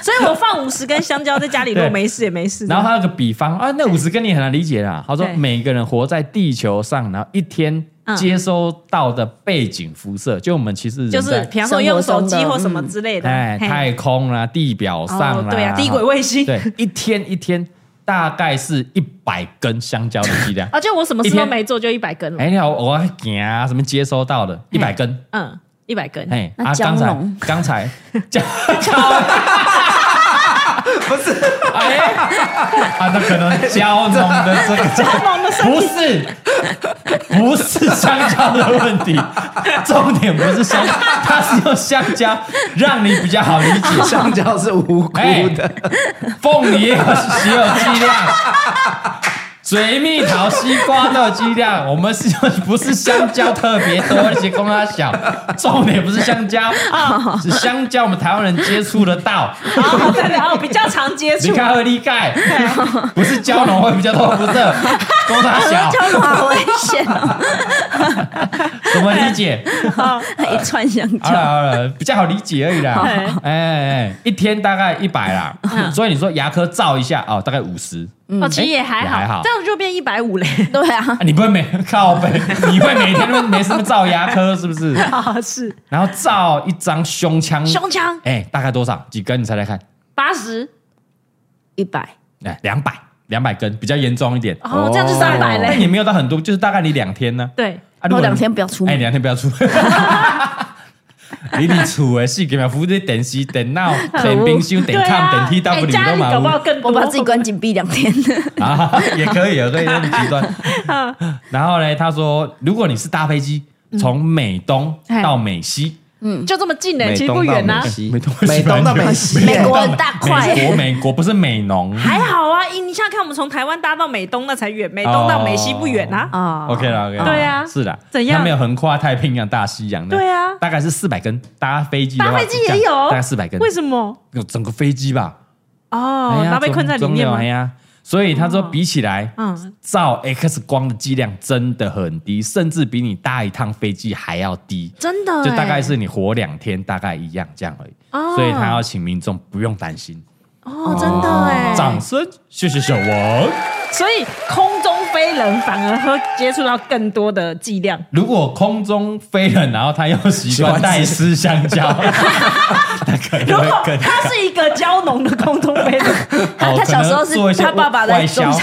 S4: 所以我放五十根香蕉在家里， 如果没事也没事。
S2: 然后他有个比方啊，那五十根你很难理解啦。他说
S4: 对
S2: 每个人活在地球上，然后一天
S4: 嗯
S2: 接收到的背景辐射，就我们其实人
S4: 就是
S2: 在
S4: 比方说用手机或什么之类的，
S2: 哎
S4: 嘿
S2: 太空啦、地表上啦，
S4: 哦对啊，低轨卫星，。
S2: 对，一天一天大概是一百根香蕉的剂量
S4: 啊，就我什么
S2: 一
S4: 事
S2: 天
S4: 都没做就一百根了，
S2: 哎，你好，我还行啊，什么接收到的，一百根。
S4: 嗯，一百根，
S2: 哎，
S3: 那
S2: 啊，
S3: 蛟
S2: 刚才
S3: 龙
S2: 刚 才讲， 不是，哎，啊，那可能胶浓的这 个胶浓的不是，不是香蕉的问题，重点不是香，它是用香蕉让你比较好理 解，
S5: 香蕉是无辜的，
S2: 凤梨也有也有剂量，水蜜桃、西瓜都有剂量。我们是不是香蕉特别多，而且供它小？重点不是香蕉啊，是香蕉我们台湾人接触得到，
S4: 哦，对对哦，比较常接
S2: 你
S4: 触，
S2: 看会理解，不是胶囊会比较多辐射，供它小，
S3: 就 好危险，啊
S2: 怎么理解？
S3: 一串哎香
S2: 好
S3: 蕉
S2: 了好了，比较好理解而已啦。哎哎哎，一天大概一百啦，所以你说牙科照一下哦，大概五十。
S4: 哦，其实也还
S2: 也还
S4: 好
S2: 好，
S4: 这样就变一百五嘞，
S3: 对啊
S2: 啊，，你不会每 靠背，你会每天都没事照牙科是不是？
S4: 啊，是
S2: 然后照一张胸腔，
S4: 胸腔
S2: 哎、大概多少几根？你猜猜看，
S4: 八十，
S3: 一百
S2: 哎，两百，两百根比较严重一点。
S4: 哦，这样就三百
S2: 但
S4: 嘞，
S2: 也没有到很多，就是大概你两天呢、
S4: 对，
S2: 啊。如果
S3: 我
S2: 你
S3: 两天不要出
S2: 哎、
S3: 门
S2: 两天不要出。 你你厝诶，是给嘛？服务电视、电脑、电冰箱、电
S4: 对
S2: 炕、电
S4: 啊，
S2: 梯、W
S4: 哎家
S2: 都
S4: 里
S2: 嘛
S4: 搞不好
S2: 有
S4: 更多，
S3: 我把自己关紧闭两天，
S2: 啊，也可以，也可以，那么极 端。
S4: 嗯
S2: 然后呢，他说，如果你是搭飞机，从美东到美西。
S4: 就这么近嘞，
S5: 美
S4: 其实
S5: 东
S4: 不
S5: 到
S4: 远
S5: 哎美
S4: 啊，
S5: 西，
S2: 美东
S5: 美东到美西，
S3: 美国很大块
S2: 美国美国不是美农
S4: 还好啊，因你想想看，我们从台湾搭到美东那才远，美东到
S2: 哦
S4: 美西不远啊，
S3: 啊
S2: ，OK 啦 OK 啦，
S4: 对啊
S2: 是的，
S4: 怎样
S2: 它没有横跨太平洋、大西洋的，
S4: 对啊
S2: 大概是四百根，搭飞机的话
S4: 搭飞机
S2: 是这
S4: 也
S2: 样
S4: 有，
S2: 大概四百根，
S4: 为什么？
S2: 有整个飞机吧？
S4: 哦，
S2: 哎呀
S4: 然后被困在里面
S2: 总
S4: 吗哦
S2: 哎？呀，所以他说比起来，
S4: 嗯，
S2: 照 X 光的剂量真的很低，甚至比你搭一趟飞机还要低。
S4: 真的，哎
S2: 就大概是你活两天，大概一样这样而已，
S4: 哦
S2: 所以他要请民众不用担心。
S4: 哦，真的哎，
S2: 掌声，谢谢小王。
S4: 所以空中飞人反而会接触到更多的剂量。
S2: 如果空中飞人，然后他又习惯带丝香 蕉，那可
S4: 如
S2: 能
S4: 果
S2: 会更
S4: 他是一个胶囊的空中飞 人，
S2: 哦
S3: 他小时候是
S2: 可能做一些
S3: 他爸爸在
S2: 外销
S3: 种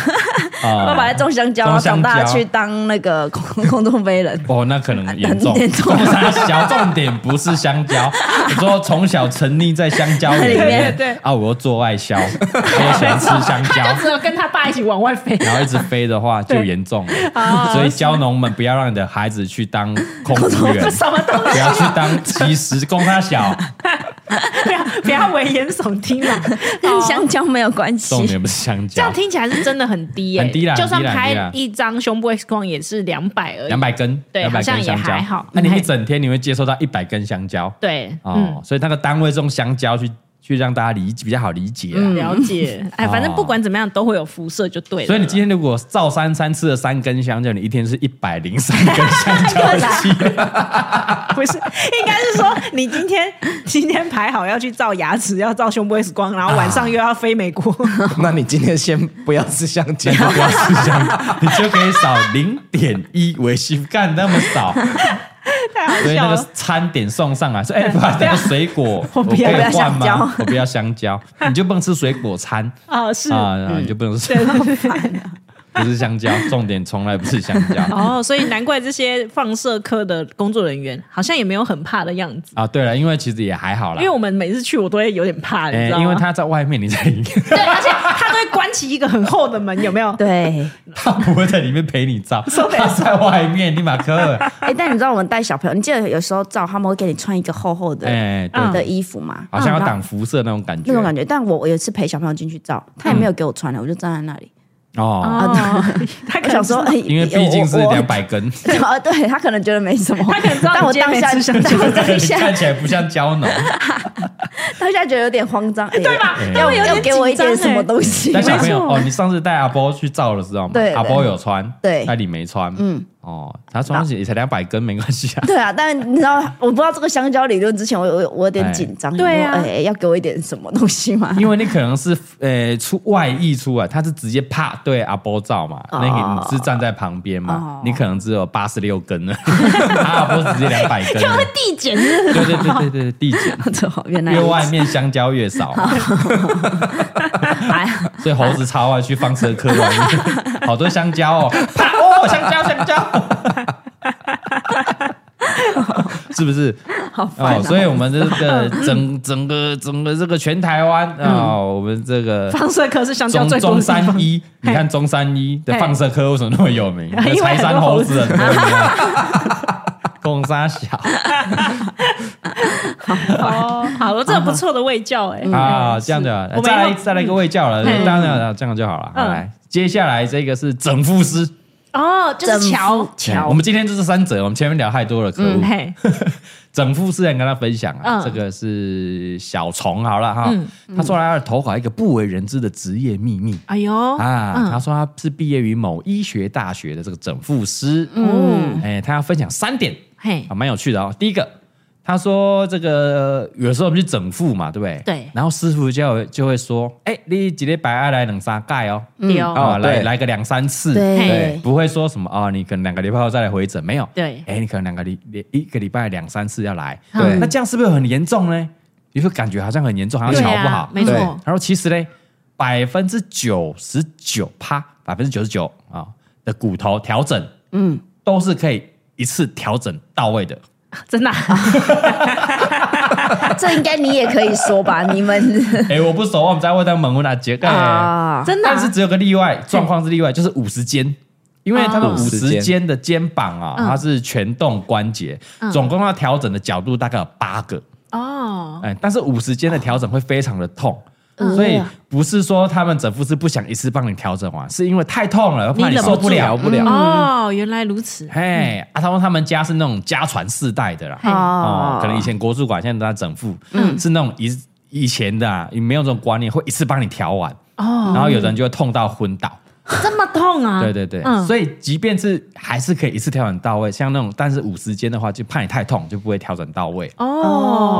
S2: 啊
S3: 爸爸在种香蕉，然
S2: 种
S3: 后
S2: 香
S3: 长
S2: 蕉
S3: 大去当那个空 空中飞人，
S2: 哦，那可能严重。
S3: 很严重
S2: 重啥小重点不是香 蕉，你说从小沉溺在香蕉里
S3: 里
S2: 面
S3: 面
S4: 对
S2: 啊，我又做外销，我又喜欢吃香蕉
S4: 他。只有跟他爸一起往外 飞。
S2: 然后一直飞的话就严重
S3: 啊
S2: 了，所以蕉农们不要让你的孩子去当空服员，
S4: 什么东
S2: 不要去当技师，供他 小。
S4: 西？不要危言耸 听啦！
S3: 跟香蕉没有关系
S2: 重。点不是香
S4: 这
S2: 蕉
S4: 样，听起来是真的很低耶、
S2: 很低啦
S4: 就
S2: 很
S4: 算
S2: 低啦很低
S4: 拍
S2: 啦
S4: 一张胸部 X 光也是两百而已。
S2: 两百根，
S4: 对
S2: 200
S4: 好像
S2: 根
S4: 也
S2: 香蕉
S4: 还好
S2: 那你
S4: 嗯
S2: 一整天你会接收到一百根香蕉
S4: 对，
S2: 哦，所以那个单位是用香蕉去去让大家理解比较好理解啊啦。
S4: 嗯，了 解。哎，反正
S2: 哦
S4: 不管怎么样都会有辐射就对了。
S2: 所以你今天如果照三餐吃了三根香蕉，你一天是一百零三根香 蕉的剂量
S4: 不是，应该是说你今天今天排好要去照牙齿，要照胸部 X 光，然后晚
S2: 啊
S4: 上又要飞美国。
S5: 那你今天先不要吃香蕉
S2: 你，就不要吃香蕉，你就可以少零点一维 C，干那么 少，
S4: 太好
S2: 所以那
S4: 笑
S2: 个
S4: 了。
S2: 餐点送上 来说，哎、把那个水果
S4: 我不要
S2: 可以
S3: 我不要
S2: 换
S3: 香
S2: 吗
S3: 蕉？
S2: 我不要香蕉， 你就不能吃水果餐
S4: 啊，是嗯
S2: 啊，然后你就不能吃，不是香蕉，重点从来不是香蕉。
S4: 哦，所以难怪这些放射科的工作人员好像也没有很怕的样子，
S2: 啊，对了，因为其实也还好啦，
S4: 因为我们每次去我都会有点怕，你
S2: 哎
S4: 知道吗？
S2: 因为他在外面，你在里面，
S4: 对，而且他都会关起一个很厚的门，有没有？
S3: 对，
S2: 他不会在里面陪你照，他在外面，立马克 尔，
S3: 哎，但你知道我们带小朋友，你记得有时候照他们会给你穿一个厚厚的
S2: 哎，对，
S3: 的衣服嘛，
S2: 好像要
S3: 嗯
S2: 挡啊辐射那种感觉，
S3: 啊那种感觉。但我我有一次陪小朋友进去照，他也没
S2: 嗯
S3: 有给我穿的，我就站在那里，
S2: 哦，
S4: 哦， 他
S3: 我
S4: 可能
S3: 想说，哎，
S2: 因为毕竟是两百根，
S3: 啊，对他可能觉得没什么，
S4: 他可能知道
S3: 但我
S4: 你今天
S3: 当
S4: 没
S3: 下
S4: 吃香，
S3: 但我当
S2: 看
S3: 下
S2: 起来不像胶囊，
S3: 当下觉得有点慌 张，对
S4: 吧他
S3: 要
S4: 会有
S3: 要
S4: 点
S3: 给我一
S4: 紧张
S3: 点什
S4: 哎
S3: 么东西
S2: 但？小朋友
S4: 没错
S2: 哦，你上次带阿波去照的时候嘛
S3: 对，
S2: 阿波有穿，
S3: 对
S2: 那你没穿，
S3: 嗯，
S2: 哦，他双喜才两百根，没关系啊。
S3: 对啊，但你知道，我不知道这个香蕉理论之前，我我我有点
S2: 哎
S3: 紧张，
S4: 对啊
S3: 想说哎，要给我一点什么东 西吗？
S2: 因为你可能是呃出外溢出来，他是直接啪对阿波照嘛，那个你是站在旁边嘛，你可能只有八十六根 了，阿波直接两百根了，
S3: 递减是
S2: 对对对对对，递减，
S3: 不是原来
S2: 越外面香蕉越少，
S3: 哎呀
S2: 所以猴子超爱去放射科玩，好多香蕉哦，啪哦香蕉香蕉，是不是？
S3: 好烦
S2: 哦，
S3: 啊
S2: 所以我们这个整整个整个这个全台湾啊，我们这个
S4: 嗯放射科是香蕉
S2: 中
S4: 最多
S2: 中
S4: 的地方
S2: 山一，你看中山一的
S4: 嘿
S2: 放射科为什么那么有名？
S4: 因为
S2: 柴山
S4: 很多
S2: 猴
S4: 猴
S2: 子
S4: 子
S2: 很多你 看，公沙小
S4: 哦，好了，这个不错的味觉哎、
S2: 啊，这样的，
S4: 我们
S2: 再
S4: 以
S2: 来
S4: 后
S2: 再来一个味教了，
S4: 嗯
S2: 当然了，这样就好了。好
S4: 嗯
S2: 来，接下来这个是整副师，
S4: 哦，就
S3: 整
S4: 是
S3: 副
S4: 桥，
S2: 嗯我们今天就是三折，我们前面聊太多了，可恶
S4: 嗯。嘿，
S2: 整副诗人跟他分享啊，
S4: 嗯
S2: 这个是小虫好了哈
S4: 嗯，
S2: 他说他的投稿一个不为人知的职业秘密。
S4: 哎呦，
S2: 啊，
S4: 嗯
S2: 他说他是毕业于某医学大学的这个整复师，嗯
S4: 嗯，
S2: 哎，他要分享三点，
S4: 嘿
S2: 啊，蛮有趣的哦。第一个，他说这个有时候我们去整复嘛，对不对？
S4: 对
S2: 然后师傅就会就会说，哎，你几礼拜要来两三盖哦，
S4: 丢、
S2: 哦，来
S5: 对
S2: 来个两三次，哎
S3: 对
S2: 不会说什么哦，你可能两个礼拜后再来回诊，没有，
S4: 对
S2: 哎，你可能两个礼一个礼拜两三次要来，
S4: 嗯
S5: 对
S2: 那这样是不是很严重呢？你会感觉好像很严重，好像
S4: 对
S2: 瞧不
S4: 啊
S2: 好，，
S4: 没
S5: 对
S4: 错，
S2: 他说哦其实呢，百分之九十九趴，百分之九十九啊的骨头调整，嗯，都是可以一次调整到位的。
S4: 真的啊、
S3: 这应该你也可以说 吧？你们
S2: 哎、我不熟，我们在外头猛问阿杰，哎，
S3: 啊，
S4: 真的啊、
S2: 但是只有个例外，状况是例外，就是五十肩。因为他的
S4: 哦嗯
S2: 五十肩的肩膀啊，它是全动关节，总共要调整的角度大概有八个。
S4: 哦，
S2: 哎，但是五十肩的调整会非常的痛。所以不是说他们整副是不想一次帮你调整完，是因为太痛了，怕
S4: 你忍
S2: 受
S4: 不住
S2: 了，嗯
S5: 聊不了，
S4: 哦，原来如此，
S2: 嘿，啊，他说他们家是那种家传世代的啦，
S4: 嗯嘿嗯
S2: 哦
S3: 哦，
S2: 可能以前国术馆现在都在整副，是那种以以前的、啊，也没有这种观念，会一次帮你调完，
S4: 哦，
S2: 然后有的人就会痛到昏倒，
S4: 这么痛啊，
S2: 对对对，
S4: 嗯
S2: 所以即便是还是可以一次调整到位，像那种但是五十间的话，就怕你太痛，就不会调整到位，
S4: 哦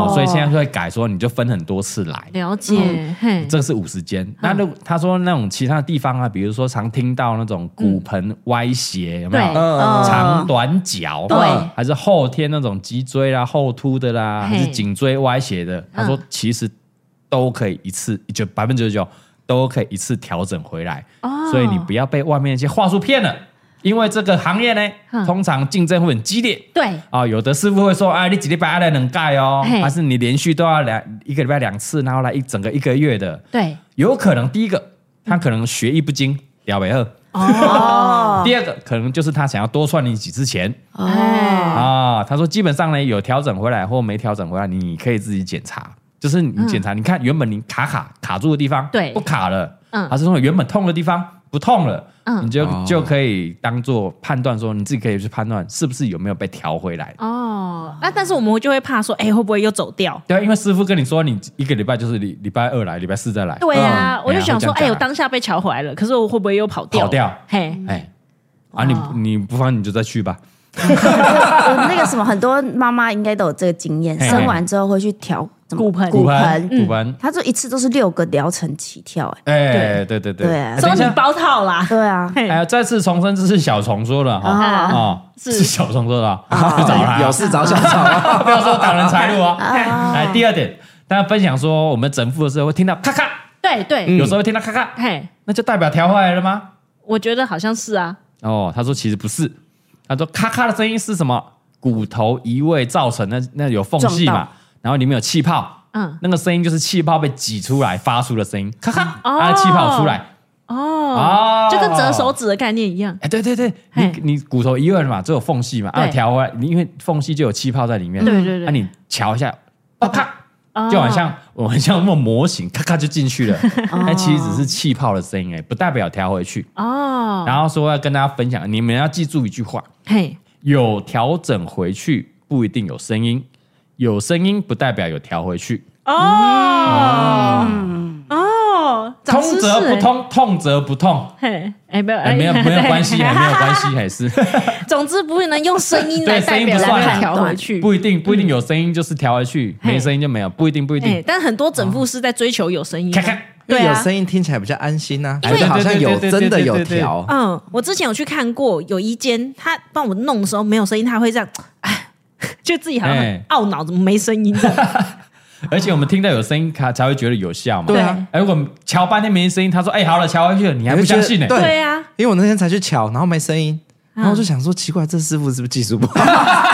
S2: 哦，所以现在就会改说你就分很多次来，
S4: 了解，嘿，
S2: 这个是五十间。
S4: 嗯
S2: 那如他说那种其他的地方啊，比如说常听到那种骨盆歪斜，有没有
S4: 嗯对？
S3: 哦
S5: 嗯
S2: 哦长短脚，
S4: 呃对
S2: 还是后天那种脊椎啦、后凸的啦，还
S4: 嘿嗯
S2: 是颈椎歪斜的？他说其实都可以一次，就百分之九十九都可以一次调整回来。
S4: 哦
S2: 所以你不要被外面那些话术骗了，因为这个行业呢，
S4: 嗯
S2: 通常竞争会很激烈。
S4: 对，
S2: 啊、有的师傅会说，哎，你几礼拜要来能盖哦，
S4: 嘿
S2: 还是你连续都要两一个礼拜两次，然后来一整个一个月的，
S4: 对，
S2: 有可能第一个他可能学艺不精，了不二；
S3: 哦
S2: 第二个可能就是他想要多赚你几次钱，
S4: 哎
S3: 哦，
S2: 啊、他说基本上呢有调整回来或没调整回来，你可以自己检查，就是你检查，你看原本你卡卡卡住的地方，
S4: 对
S2: 不卡了，
S4: 嗯
S2: 还是说原本痛的地方不痛了，
S4: 嗯
S2: 你就、
S5: 哦
S2: 就可以当做判断说你自己可以去判断是不是有没有被调回来。
S4: 哦，那但是我们就会怕说，哎、会不会又走掉？
S2: 对啊，因为师傅跟你说，你一个礼拜就是礼礼拜二来，礼拜四再来。
S4: 对啊，
S2: 嗯
S4: 我就想说，哎、
S2: 哎呀会这样讲啊
S4: 我当下被瞧回来了，可是我会不会又跑掉？
S2: 跑掉
S4: 嘿，
S2: 哎，啊你你不妨你就再去吧。
S3: 我们那个什么，很多妈妈应该都有这个经验，
S2: 嘿
S3: 生完之后会去调怎么
S4: 骨盆
S2: 盆
S3: 骨盆，
S2: 哎
S3: 嗯
S2: 骨盆，
S3: 她这一次都是六个疗程起跳，哎，
S2: 哎，对对对
S3: 对啊
S2: 哎等
S4: 说
S2: 一
S4: 你嗯
S2: 下，
S4: 包套啦，
S3: 对 啊，
S4: 嘿
S2: 哎呀，再次重申，这是小虫说的哈。
S4: 啊
S2: 哦，
S4: 是
S2: 是小虫说的啊，不找
S5: 啊
S2: 他，
S5: 有事找小草啊，
S2: 不要说挡人财路啊。哎，第二点，大家分享说，我们整副的时候会听到咔咔，
S4: 对对，
S2: 有时候会听到咔咔，
S4: 嘿，
S2: 那就代表调回来了吗？
S4: 我觉得好像是啊，
S2: 哦，他说其实不是，他说咔咔的声音是什么？骨头移位造成那那有缝隙
S3: 撞
S2: 嘛，然后里面有气泡，
S4: 嗯，
S2: 那个声音就是气泡被挤出来发出的声音，咔咔，
S4: 哦
S2: 啊，气泡出来，
S4: 哦，
S2: 哦，
S4: 就跟折手。指的概念一样，
S2: 哎，对对对，
S4: 嘿
S2: 你你骨头移位了嘛，就有缝隙嘛，啊，
S4: 对
S2: 调回来，你因为缝隙就有气泡在里面，
S4: 对对对
S2: 那你瞧一下，哦，咔，
S4: 哦
S2: 就好像我们像那种模型， 咔咔就进去了，但其实只是气泡的声音，哎，不代表调回去。
S4: 哦，
S2: 然后说要跟大家分享，你们要记住一句话：
S4: 嘿，
S2: 有调整回去不一定有声音，有声音不代表有调回去。
S4: 哦，哦，长
S2: 通
S4: 知识
S2: 则
S4: 欸
S2: 不通，痛则不痛，
S4: 嘿，哎，没有，
S2: 哎
S4: 哎，
S2: 没有没有关 系，哎没有关系，还是
S4: 总之不能用声音
S2: 对
S4: 来
S2: 声
S4: 代
S2: 音
S4: 表
S2: 不算
S4: 来
S2: 啊
S4: 调回去。嗯
S2: 不一定不一定有声音就是调回去，
S4: 嘿
S2: 没声音就没有，不一定不一
S4: 哎
S2: 定，。
S4: 但很多整复师在追求有声音
S2: 咔。咔，
S5: 因为
S4: 对啊
S5: 有声音听起来比较安心呐、啊，
S2: 因为
S5: 而且好像有
S2: 对对对对
S5: 真的有
S2: 对对对
S5: 调，
S4: 嗯，我之前有去看过，有一间他帮我弄的时候没有声音，他会这样，哎， 就自己好像很
S2: 哎
S4: 懊恼，怎么没声音这样？
S2: 而且我们听到有声音，他才会觉得有效嘛。
S4: 对啊
S2: 哎，我们敲半天没声音，他说：“哎，好了，敲回去了。”你还不
S5: 你会觉
S2: 相
S5: 得
S2: 信呢？
S5: 对
S4: 对啊，
S5: 因为我那天才去瞧，然后没声音，
S2: 嗯
S5: 然后我就想说奇怪，这师傅是不是技术不好？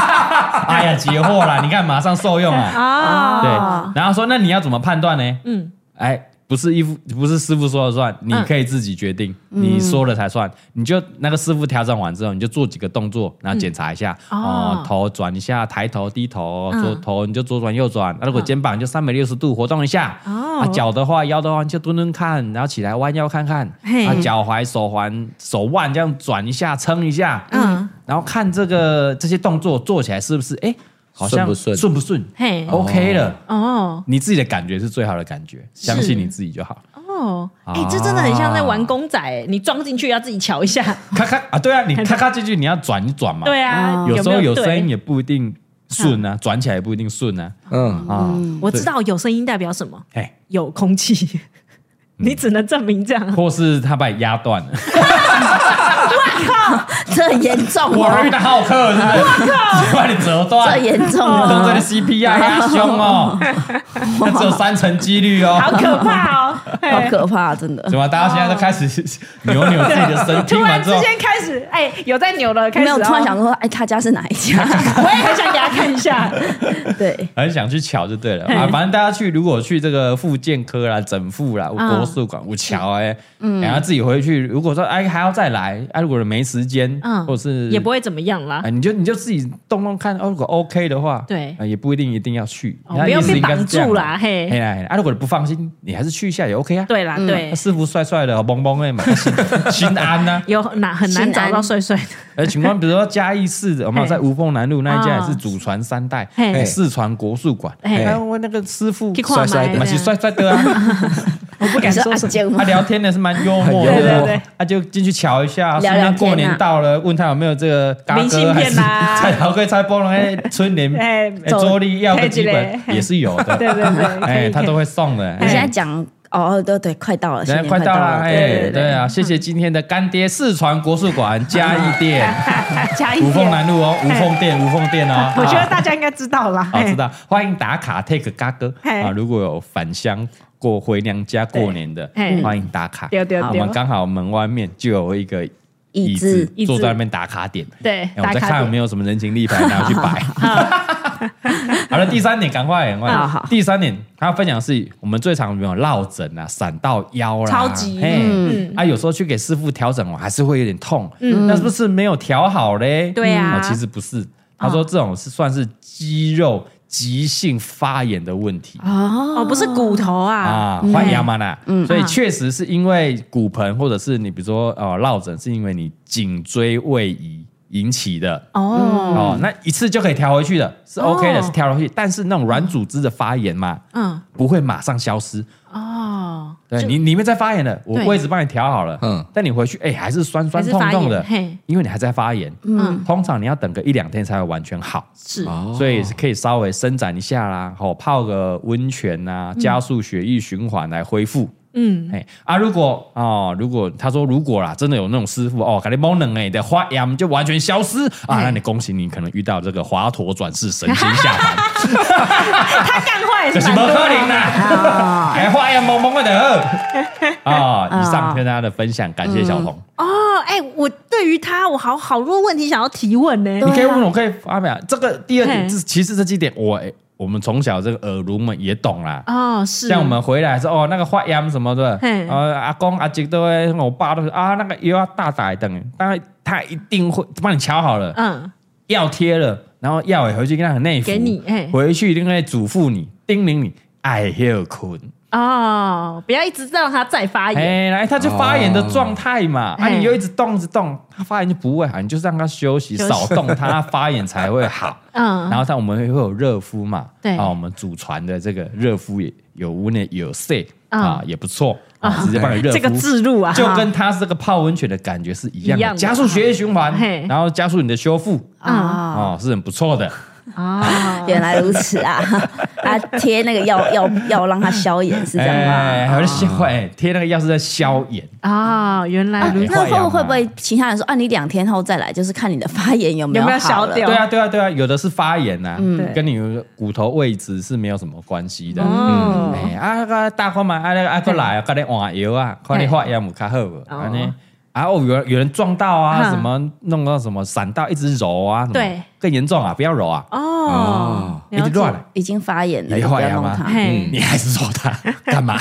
S2: 哎呀，解惑 啦！你看，马上受用啊。
S4: 啊，
S3: 哦
S2: 对，然后说：“那你要怎么判断呢？”嗯，哎，不是衣服，不是师傅说了算，你可以自己决定，
S4: 嗯
S2: 你说了才算。你就那个师傅调整完之后，你就做几个动作，然后检查一下，
S4: 哦
S2: 哦，头转一下，抬头、低头，
S4: 嗯
S2: 左头你就左转右转。那如果肩膀你就三百六十度活动一下，
S4: 哦
S2: 啊，脚的话、腰的话你就蹲蹲看，然后起来弯腰看看，
S4: 嘿
S2: 啊，脚踝、手环、手腕这样转一下，撑一下，
S4: 嗯
S2: 嗯，然后看这个这些动作做起来是不是哎。好像
S5: 顺不顺
S2: 顺不顺？
S4: 嘿，
S2: OK 了，
S4: 哦
S2: 你自己的感觉是最好的感觉，相信你自己就好。
S4: 哦，哎，这真的很像在
S2: 啊
S4: 玩公仔，哎你装进去要自己瞧一下。
S2: 咔咔啊，对啊，你咔咔进去你要转一转嘛。
S4: 对啊，
S2: 有时候
S4: 没
S2: 有
S4: 对
S2: 声音也不一定顺啊，转起来也不一定顺啊。
S5: 嗯，
S2: 啊，
S4: 我知道有声音代表什么，
S2: 哎，嗯
S4: 有空气，你只能证明这样。
S2: 或是他把你压断了。
S3: 这很严重
S2: 我遇
S3: 哦，
S2: 到浩克是不是？把你折
S3: 这
S2: 断，
S3: 严重
S2: 都
S3: 哦
S2: 在，CPI 压胸哦，那只有三成几率哦。
S4: 好可 怕哦！
S3: 好
S4: 嘿
S3: 可怕，真的
S2: 怎。么大家现在都开始扭扭自己的身？
S4: 突
S2: 听
S4: 然
S2: 完
S4: 之
S2: 之后，
S4: 间开始，哎，有在扭了，开
S3: 没
S4: 始哦
S3: 有，突然想，说，哎，他家是哪 一家？
S4: 我也很想给他看一下。
S3: 对，
S2: 很想去瞧就对了啊，反正大家去如果去这个复健科啦、整复啦、
S4: 嗯
S2: 国术馆，我瞧哎，然后自己回去，如果说哎还要再来，哎如果没时间，
S4: 嗯
S2: 或者是
S4: 也不会怎么样啦
S2: 哎，。你就你就自己动动看，哦，如果 OK 的话，
S4: 对
S2: 啊也不一定一定要去，
S4: 哦
S2: 他
S4: 不要
S2: 意思
S4: 被
S2: 应该是
S4: 绑
S2: 这样
S4: 住
S2: 嘛
S4: 啦嘿
S2: 哎呀，哎呀啊如果你不放心，你还是去一下也 OK 啊，
S4: 对啦，对
S2: 那，师傅帅帅的，蹦蹦的嘛， 心心安啊呐。
S4: 有难很难
S3: 心
S4: 找
S3: 安
S4: 到帅帅的。
S2: 而情呃况比如说嘉义市的，我们
S4: 嘿
S2: 在吴凤南路那一家
S4: 哦
S2: 也是祖传三代，
S4: 嘿
S2: 哎四川国术馆，
S4: 嘿
S2: 哎，我那个师傅
S4: 去看
S5: 帅帅
S2: 嘛
S4: 麦这
S2: 是
S4: 样
S2: 帅帅的 啊，
S4: 我不敢
S3: 你说
S4: 说
S3: 阿
S4: 什么。
S3: 健
S2: 他
S3: 吗？
S2: 聊天的是蛮幽默的，
S4: 对
S5: 很幽默
S4: 对对，
S2: 他就进去瞧一下，
S3: 聊
S2: 顺
S3: 聊
S2: 便过
S3: 天啊
S2: 年到了，问他有没有这个嘎
S4: 明信
S2: 哥还
S4: 片
S2: 是
S4: 啊
S2: 蔡桃贵、蔡波龙、哎春联、
S4: 哎
S2: 哎
S4: 走
S2: 桌历要个几
S4: 开一
S2: 本
S4: 个
S2: 也是有的，
S4: 对对对，可
S2: 哎
S4: 以
S2: 他都会送的，
S3: 你现
S2: 哎
S3: 在讲哦，对对，快到了，新
S2: 人
S3: 年
S2: 快到
S3: 到
S2: 了，
S3: 对
S2: 哎，对啊，谢谢今天的干爹四川国术馆嘉义店。
S4: 加一
S2: 无缝
S4: 点。
S2: 南路哦，无缝店，无缝店哦。
S4: 哎我觉得
S2: 啊
S4: 大家应哎该知道啦。
S2: 好
S4: 嘿
S2: 知道，欢迎打卡 take 嘎哥
S4: 嘿
S2: 啊！如果有返乡过回娘家过年的
S4: 对嘿，
S2: 欢迎打卡。
S4: 对对
S2: 啊我
S4: 对
S2: 们刚好门外面就有一个
S3: 椅
S2: 子
S3: 子，
S4: 椅子
S2: 坐在那边打卡点。
S4: 对
S2: 哎我们
S4: 打
S2: 再
S4: 卡
S2: 看有
S4: 点
S2: 没有什么人情立牌拿去摆。 好了，第三点，赶快，赶快
S3: 好好。
S2: 第三点，他分享是我们最常有没有落枕啊、闪到腰啦，
S4: 超级嗯
S2: 嘿啊，有时候去给师傅调整，我还是会有点痛，那是不是没有调好嘞？
S4: 对
S2: 哦
S4: 啊
S2: 其实不是，他说这种是算是肌肉急性发炎的问题。
S4: 哦，不是骨头啊，
S2: 啊，换腰嘛啦，
S4: 嗯
S2: 所以确实是因为骨盆或者是你比如说呃落枕，是因为你颈椎位移引起的。
S4: 哦，
S2: 哦，那一次就可以调回去的，是
S4: 哦
S2: OK 的，是调回去。但是那种软组织的发炎嘛，
S4: 嗯，
S2: 不会马上消失。
S4: 哦，
S2: 对你里面在发炎了，我
S4: 对
S2: 位置帮你调好了，嗯
S5: 嗯，
S2: 但你回去哎、还是酸酸
S4: 还是
S2: 痛
S4: 发
S2: 痛的
S4: 炎嘿，
S2: 因为你还在发炎。
S4: 嗯
S2: 嗯，通常你要等个一两天才会完全好，
S4: 是，
S2: 所以是可以稍微伸展一下啦，好、泡个温泉呐、加速血液循环来恢复。
S4: 嗯，
S2: 哎、啊，如果哦，如果他说如果啦，真的有那种师傅哦，给你猫冷哎的花炎就完全消失啊，那你恭喜你可能遇到这个华佗转世神仙下凡，
S4: 他干话也
S2: 这
S4: 是
S2: 哎
S4: 啊
S2: 是
S4: 蛮
S2: 不
S4: 多
S2: 可
S4: 的
S2: 能啦，
S4: 啊
S2: 哎，花炎萌萌的 啊！以上跟大家的分享，感谢小童，
S4: 哦，哎，我对于他，我好好多问题想要提问呢。
S2: 你可以问我，可以发表这个第二点，
S4: 嗯嘿
S2: 这其实这几点我哎我们从小这个耳濡们也懂啦。
S4: 哦，是，
S2: 像我们回来说哦，那个发炎什么的，
S4: 嘿
S2: 呃，阿公阿姐都会，我爸都是啊，那个又要大打一顿，当然他一定会帮你瞧好了，
S4: 嗯，
S2: 药贴了，然后药也回去跟他很内服，
S4: 给你嘿
S2: 回去一定会嘱咐你、叮咛你，哎，休困，
S4: 哦，不要一直让他再发炎。
S2: 哎，来，他就发炎的状态嘛，啊，
S4: 嘿
S2: 你又一直动一直动，他发炎就不会好，你就是让他休息，
S4: 休息
S2: 少动他，他发炎才会好。
S4: 嗯
S2: 然后他我们会有热敷嘛，
S4: 对
S2: 啊，我们祖传的这个热敷也有屋内有塞
S4: 嗯
S2: 啊，也不错啊，直接帮你热敷
S4: 这个自入啊，
S2: 就跟它这个泡温泉的感觉是一样
S4: 一
S2: 的，
S4: 样的
S2: 加速血液循环
S4: 嘿，
S2: 然后加速你的修复
S4: 嗯
S3: 啊，
S2: 哦，是很不错的。
S4: 啊，
S3: 原来如此 啊！啊，贴那个药药药让它消炎是这样吗？
S2: 哎，还有
S4: 哦
S2: 消哎贴那个药是在消炎，
S4: 啊，原来如
S2: 哎
S4: 此。
S3: 那
S2: 坏
S3: 会
S2: 痒
S3: 不
S2: 嘛
S3: 会不会其他人说啊，你两天后再来，就是看你的发炎有没
S4: 有没有
S3: 好
S4: 消
S3: 了？
S4: 掉
S2: 对啊，对啊，对啊，有的是发炎呐、
S4: 对
S2: 跟你骨头位置是没有什么关系的。
S4: 哦
S2: 哎、啊，个大看嘛，啊那个啊过来，快点换药
S4: 嗯
S2: 啊，快点换药姆较好无，安尼。啊哦，有人有人撞到啊，
S4: 嗯
S2: 什么弄到什么闪到，一直揉啊，什么
S4: 对，
S2: 更严重啊，不要揉啊，
S4: 哦，
S2: 一直
S4: 了解哎
S2: 乱，嗯
S3: 已经发炎了，
S2: 你
S3: 就
S2: 画
S3: 不
S2: 牙
S3: 要弄
S2: 吗
S3: 它。
S4: 嘿，
S2: 你还是揉它干 嘛？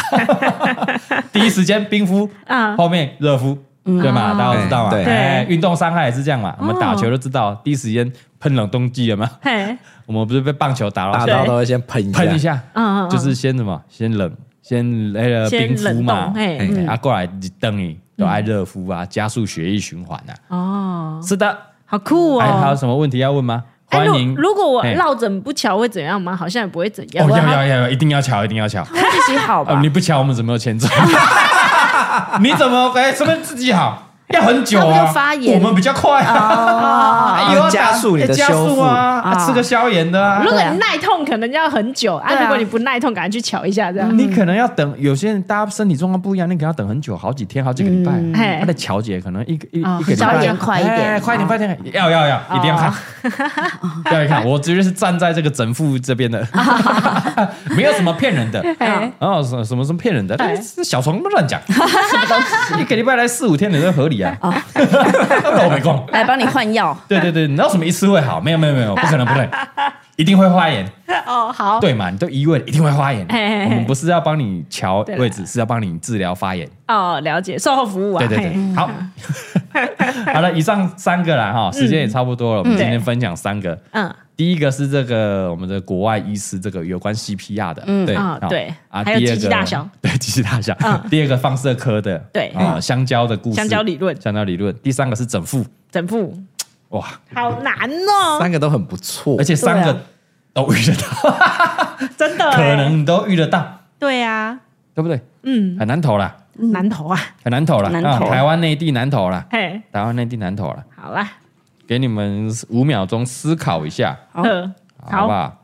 S2: 第一时间冰敷
S4: 啊
S2: 后面热敷，对嘛？
S4: 哦
S2: 大家都知道嘛，
S5: 对
S2: 哎
S4: 对哦
S2: 运动伤害也是这样嘛，我们打球都知道，第一时间喷冷冻剂了嘛，
S4: 嘿，
S2: 我们不是被棒球打
S5: 大
S2: 到
S5: 到都会先喷一下，
S2: 喷一下，
S4: 嗯嗯嗯
S2: 就是先什么，先冷，先那个
S4: 先
S2: 冰敷嘛
S4: 冷冻，嘿嗯
S2: 哎啊过来等你都爱热敷啊，加速血液循环啊，
S4: 哦，
S2: 是的。
S4: 好酷
S2: 哎，还有
S4: 哦。
S2: 什么问题要问吗？
S4: 哎，
S2: 欢
S4: 如
S2: 迎
S4: 如果我
S2: 哎
S4: 落枕不巧会怎样吗？好像也不会怎样
S2: 哦，。要
S4: 我还
S2: 要要要，一定要巧，一定要巧。
S3: 自己好
S2: 啊
S3: 吧，
S2: 你？不巧，我们怎么有 钱赚？你怎么哎，什么自己好？要很久
S3: 他们
S2: 啊，
S3: 就发炎
S2: 我们比较快
S4: 哦
S2: 啊，有
S5: 加速你的
S2: 加
S5: 修
S2: 速
S5: 复
S2: 啊，啊吃个消炎的啊
S4: 如。果
S3: 对啊
S4: 你耐痛，可能要很久啊。
S3: 对啊
S4: 如果你不耐痛，赶快去瞧一下这样。
S2: 你可能要等，有些人大家身体状况不一样，你可能要等很久，好几天、好几个礼拜
S3: 嗯。
S4: 嘿
S2: 他的调节可能一个一
S4: 哦
S2: 一个礼
S3: 稍
S2: 拜，
S3: 微点快一点
S2: 哎啊快一点，
S3: 哦
S2: 快一点，要要要，一定要看， 要一看。我绝对是站在这个整副这边的， 没有什么骗人的。
S4: 哎
S2: 哦，什什么什么骗人的？
S4: 哎
S2: 这小虫乱 讲，一个礼拜来四五天，你都合理啊？
S3: 哦
S2: 我没空。
S3: 来帮你换药。
S2: 对对对，你知道什么一次会好？没有没有没 有，不可能不可能，一定会发炎。
S4: 哦，好，
S2: 对嘛？你都移位了，一定会发炎。
S4: 嘿嘿嘿
S2: 我们不是要帮你瞧
S4: 对啦
S2: 位置，是要帮你治疗发炎。
S4: 哦，了解，售后服务啊。
S2: 对对
S4: 嘿
S2: 对，好，好 了，以上三个啦哈，时间也差不多了，我们
S4: 嗯
S2: 今天分享三个。
S4: 嗯，
S2: 第一个是这个我们的国外医师这个有关 CPR 的，对
S4: 啊
S2: 好
S4: 对
S2: 啊，
S4: 还有
S2: 第二
S4: 机器
S2: 个
S4: 大小，
S2: 对机器大小
S4: 嗯，
S2: 第二个放射科的，
S4: 对
S2: 啊，香蕉的故事，
S4: 香蕉理论
S2: 香蕉理论，第三个是整复，
S4: 整副
S2: 哇，
S4: 好难哦，
S5: 三个都很不错
S2: 而。且三
S3: 对
S2: 个哦
S3: 啊
S2: 都遇得到，
S4: 真的。
S2: 可
S4: 哎
S2: 能你都遇得到，
S4: 对啊，
S2: 对不对？
S4: 嗯，
S2: 很难投啦，
S4: 难投啊。
S2: 很难投啦，
S3: 难
S2: 啊
S3: 投
S2: 台湾内地难投啦，
S4: 嘿，
S2: 台湾内地难投啦，
S4: 好啦，
S2: 给你们五秒钟思考一下。
S3: 好
S4: 呃，
S2: 好不
S4: 好，
S2: 好？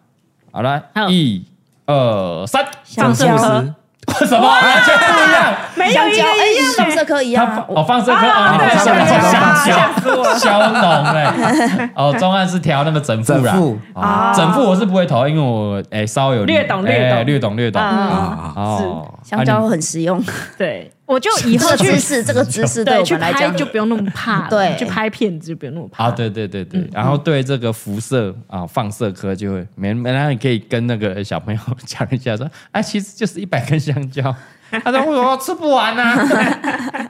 S2: 好了
S4: 好，
S2: 一、二、三，
S3: 放射
S5: 是不
S3: 科
S5: 是？
S2: 什么完全不一样？
S4: 没有
S3: 香
S4: 一
S3: 蕉，哎
S4: 个一样，
S3: 放射科一样
S2: 他
S3: 啊。
S2: 哦，放射科哦，你
S4: 对
S2: 们
S4: 对
S2: 上面
S4: 对
S2: 香
S4: 对
S2: 蕉消浓哎，哦，中岸是调那个整副啦
S5: 整副，
S2: 哦整副我是不会投，因为我哎稍有
S4: 啊略懂略
S2: 哎
S4: 懂
S2: 略懂略懂
S4: 嗯
S5: 啊，
S2: 哦，
S3: 香
S2: 啊
S3: 蕉
S2: 你
S3: 很实用，
S4: 对，我就以
S3: 这
S4: 后
S3: 个
S4: 去
S3: 姿势，这个姿势对
S4: 对
S3: 我
S4: 去
S3: 们来
S4: 拍
S3: 讲
S4: 就不用那么 怕了，
S3: 对
S4: 去拍片子就不用那么怕
S2: 啊，对对对对，然后对这个辐射啊放射科就会没，然后你可以跟那个小朋友讲一下说， 哎，其实就是一百根香蕉。他说：“为什么吃不完呢、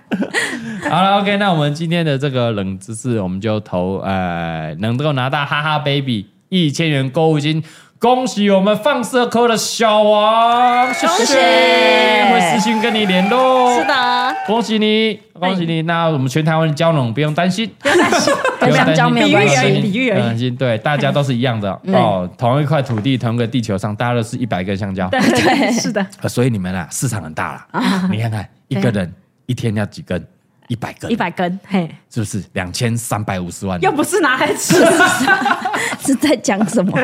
S2: 好了，OK，那我们今天的这个冷知识，我们就投呃，能够拿到哈哈 baby 一千元购物金，恭喜我们放射科的小王，谢
S3: 恭喜
S2: 会私信跟你联络，
S4: 是的，
S2: 恭喜你，恭喜
S4: 哎
S2: 你！那我们全台湾的蕉农不用担心，不用担心，
S3: 跟香蕉没有关系
S4: 比喻而已比喻而已
S2: 不用担心对，大家都是一样 的
S4: 嗯
S2: 哦，同一块土地，同一个地球上，大家都是一百根香蕉，
S4: 对啊对是的，
S2: 呃所以你们啊，市场很大啦。你看看，一个人一天要几根？一百根
S4: 一，百根，嘿，
S2: 是不是？两千三百五十万，
S4: 又不是拿来 吃，
S3: 是在讲什么？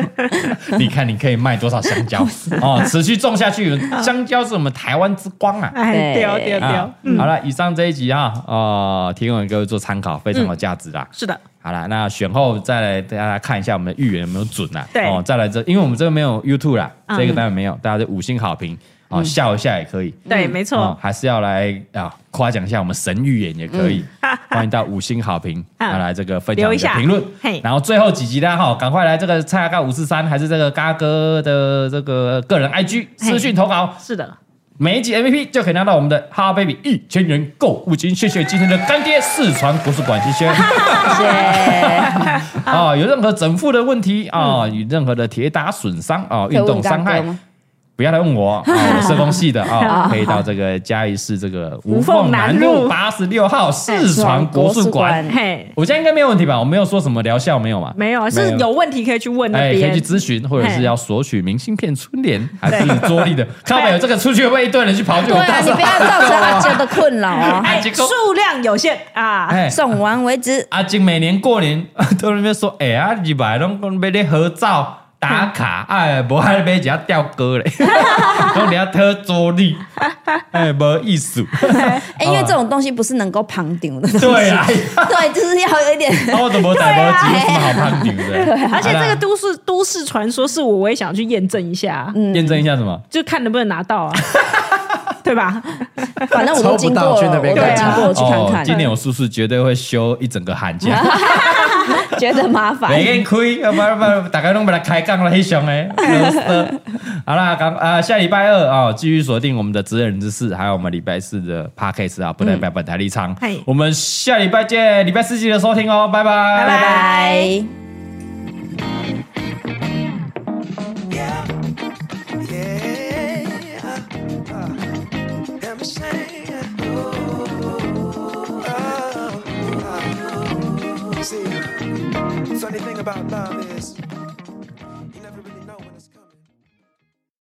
S2: 你看你可以卖多少香 蕉哦？持续种下去，香蕉是我们台湾之光啊！
S4: 哎，丢丢丢
S2: 啊，，好了，以上这一集啊，呃，提供给各位做参考，非常有价值啦。
S4: 是的，
S2: 好啦，那选后再来大家看一下我们的预言有没有准啊？
S4: 对
S2: 哦，再来这，因为我们这个没有 YouTube 啦，
S4: 嗯
S2: 这个当然没有，大家就五星好评哦，笑一下也可以。
S4: 对，没
S2: 哦
S4: 错，，
S2: 还是要来啊夸奖一下我们神预言也可 以，欢迎到五星好评，
S4: 嗯
S2: 啊来这个分享
S4: 留
S2: 你
S4: 一
S2: 的
S4: 下
S2: 评论
S4: 嘿。
S2: 然后最后几集呢，哈，赶快来这个蔡阿嘎五四三，还是这个嘎哥的这个个人 IG
S4: 嘿
S2: 私讯投稿，
S4: 是的，
S2: 每一集 MVP 就可以拿到我们的哈哈 baby 一千元购物金。谢谢今天的干爹四川国术馆，谢 谢。
S3: 谢谢，
S2: 啊、有任何整副的问题啊、有任何的铁打损伤啊、运动伤
S3: 可以问嘎
S2: 害
S3: 哥，吗
S2: 不要来问我，啊，我社工系的啊，可以到这个嘉义市这个无缝南路八十六号四川国术
S4: 哎
S2: 馆。
S4: 嘿，
S2: 我觉得应该没有问题吧？我没有说什么疗效没有嘛？
S4: 没有啊，是有问题可以去问那
S2: 哎，可
S4: 边
S2: 以去。咨询，或者是
S4: 嘿
S2: 要索取明信片春联，还是桌立的？看到有这个出去会被一堆人去跑去
S3: 对
S2: 我
S3: 啊，
S2: 大
S3: 你
S2: 嫂
S3: 不要造成阿娇的困扰 啊！
S4: 哎，数量有限啊，
S2: 哎，
S3: 送完为止。
S2: 阿金每年过年 都在那边说，哎、啊，阿几百拢讲要你合照打卡，哎，无还买一下吊哥嘞， 讲你要特助力，哎，无意思。
S3: 哎，因为这种东西不是能够旁顶的东西，
S2: 对 啊，
S3: 对，就是要有一点
S2: 啊我怎么逮无几有什么好判定的？
S3: 啊
S4: 而且这
S2: 好
S4: 个
S2: 啦
S4: 都市都市传说是我，我也想去验证一下啊，
S3: 嗯
S2: 验证一下什么？
S4: 就看能不能拿到啊， 对吧？
S3: 反正我都经过了，
S5: 抽
S3: 我
S5: 不到去那边
S3: 都
S4: 看
S3: 经过，我去看
S2: 哦
S3: 看，，啊
S2: 今年我叔叔绝对会休一整个寒假，
S3: 觉得麻烦。
S2: 每天亏，要不然不然大家都把它开杠了，黑熊哎。Roaster 好啦，刚啊，下礼拜二啊，继续锁定我们的职人之事，还有我们礼拜四的 podcast 啊，不代表本台立场
S4: 嗯嗨。
S2: 我们下礼拜见，礼拜四记得收听哦，拜拜，
S4: 拜
S3: 拜拜。
S1: Yeah, yeah. Uh, let me sing. Ooh, ah, ah. See, funny thing about love is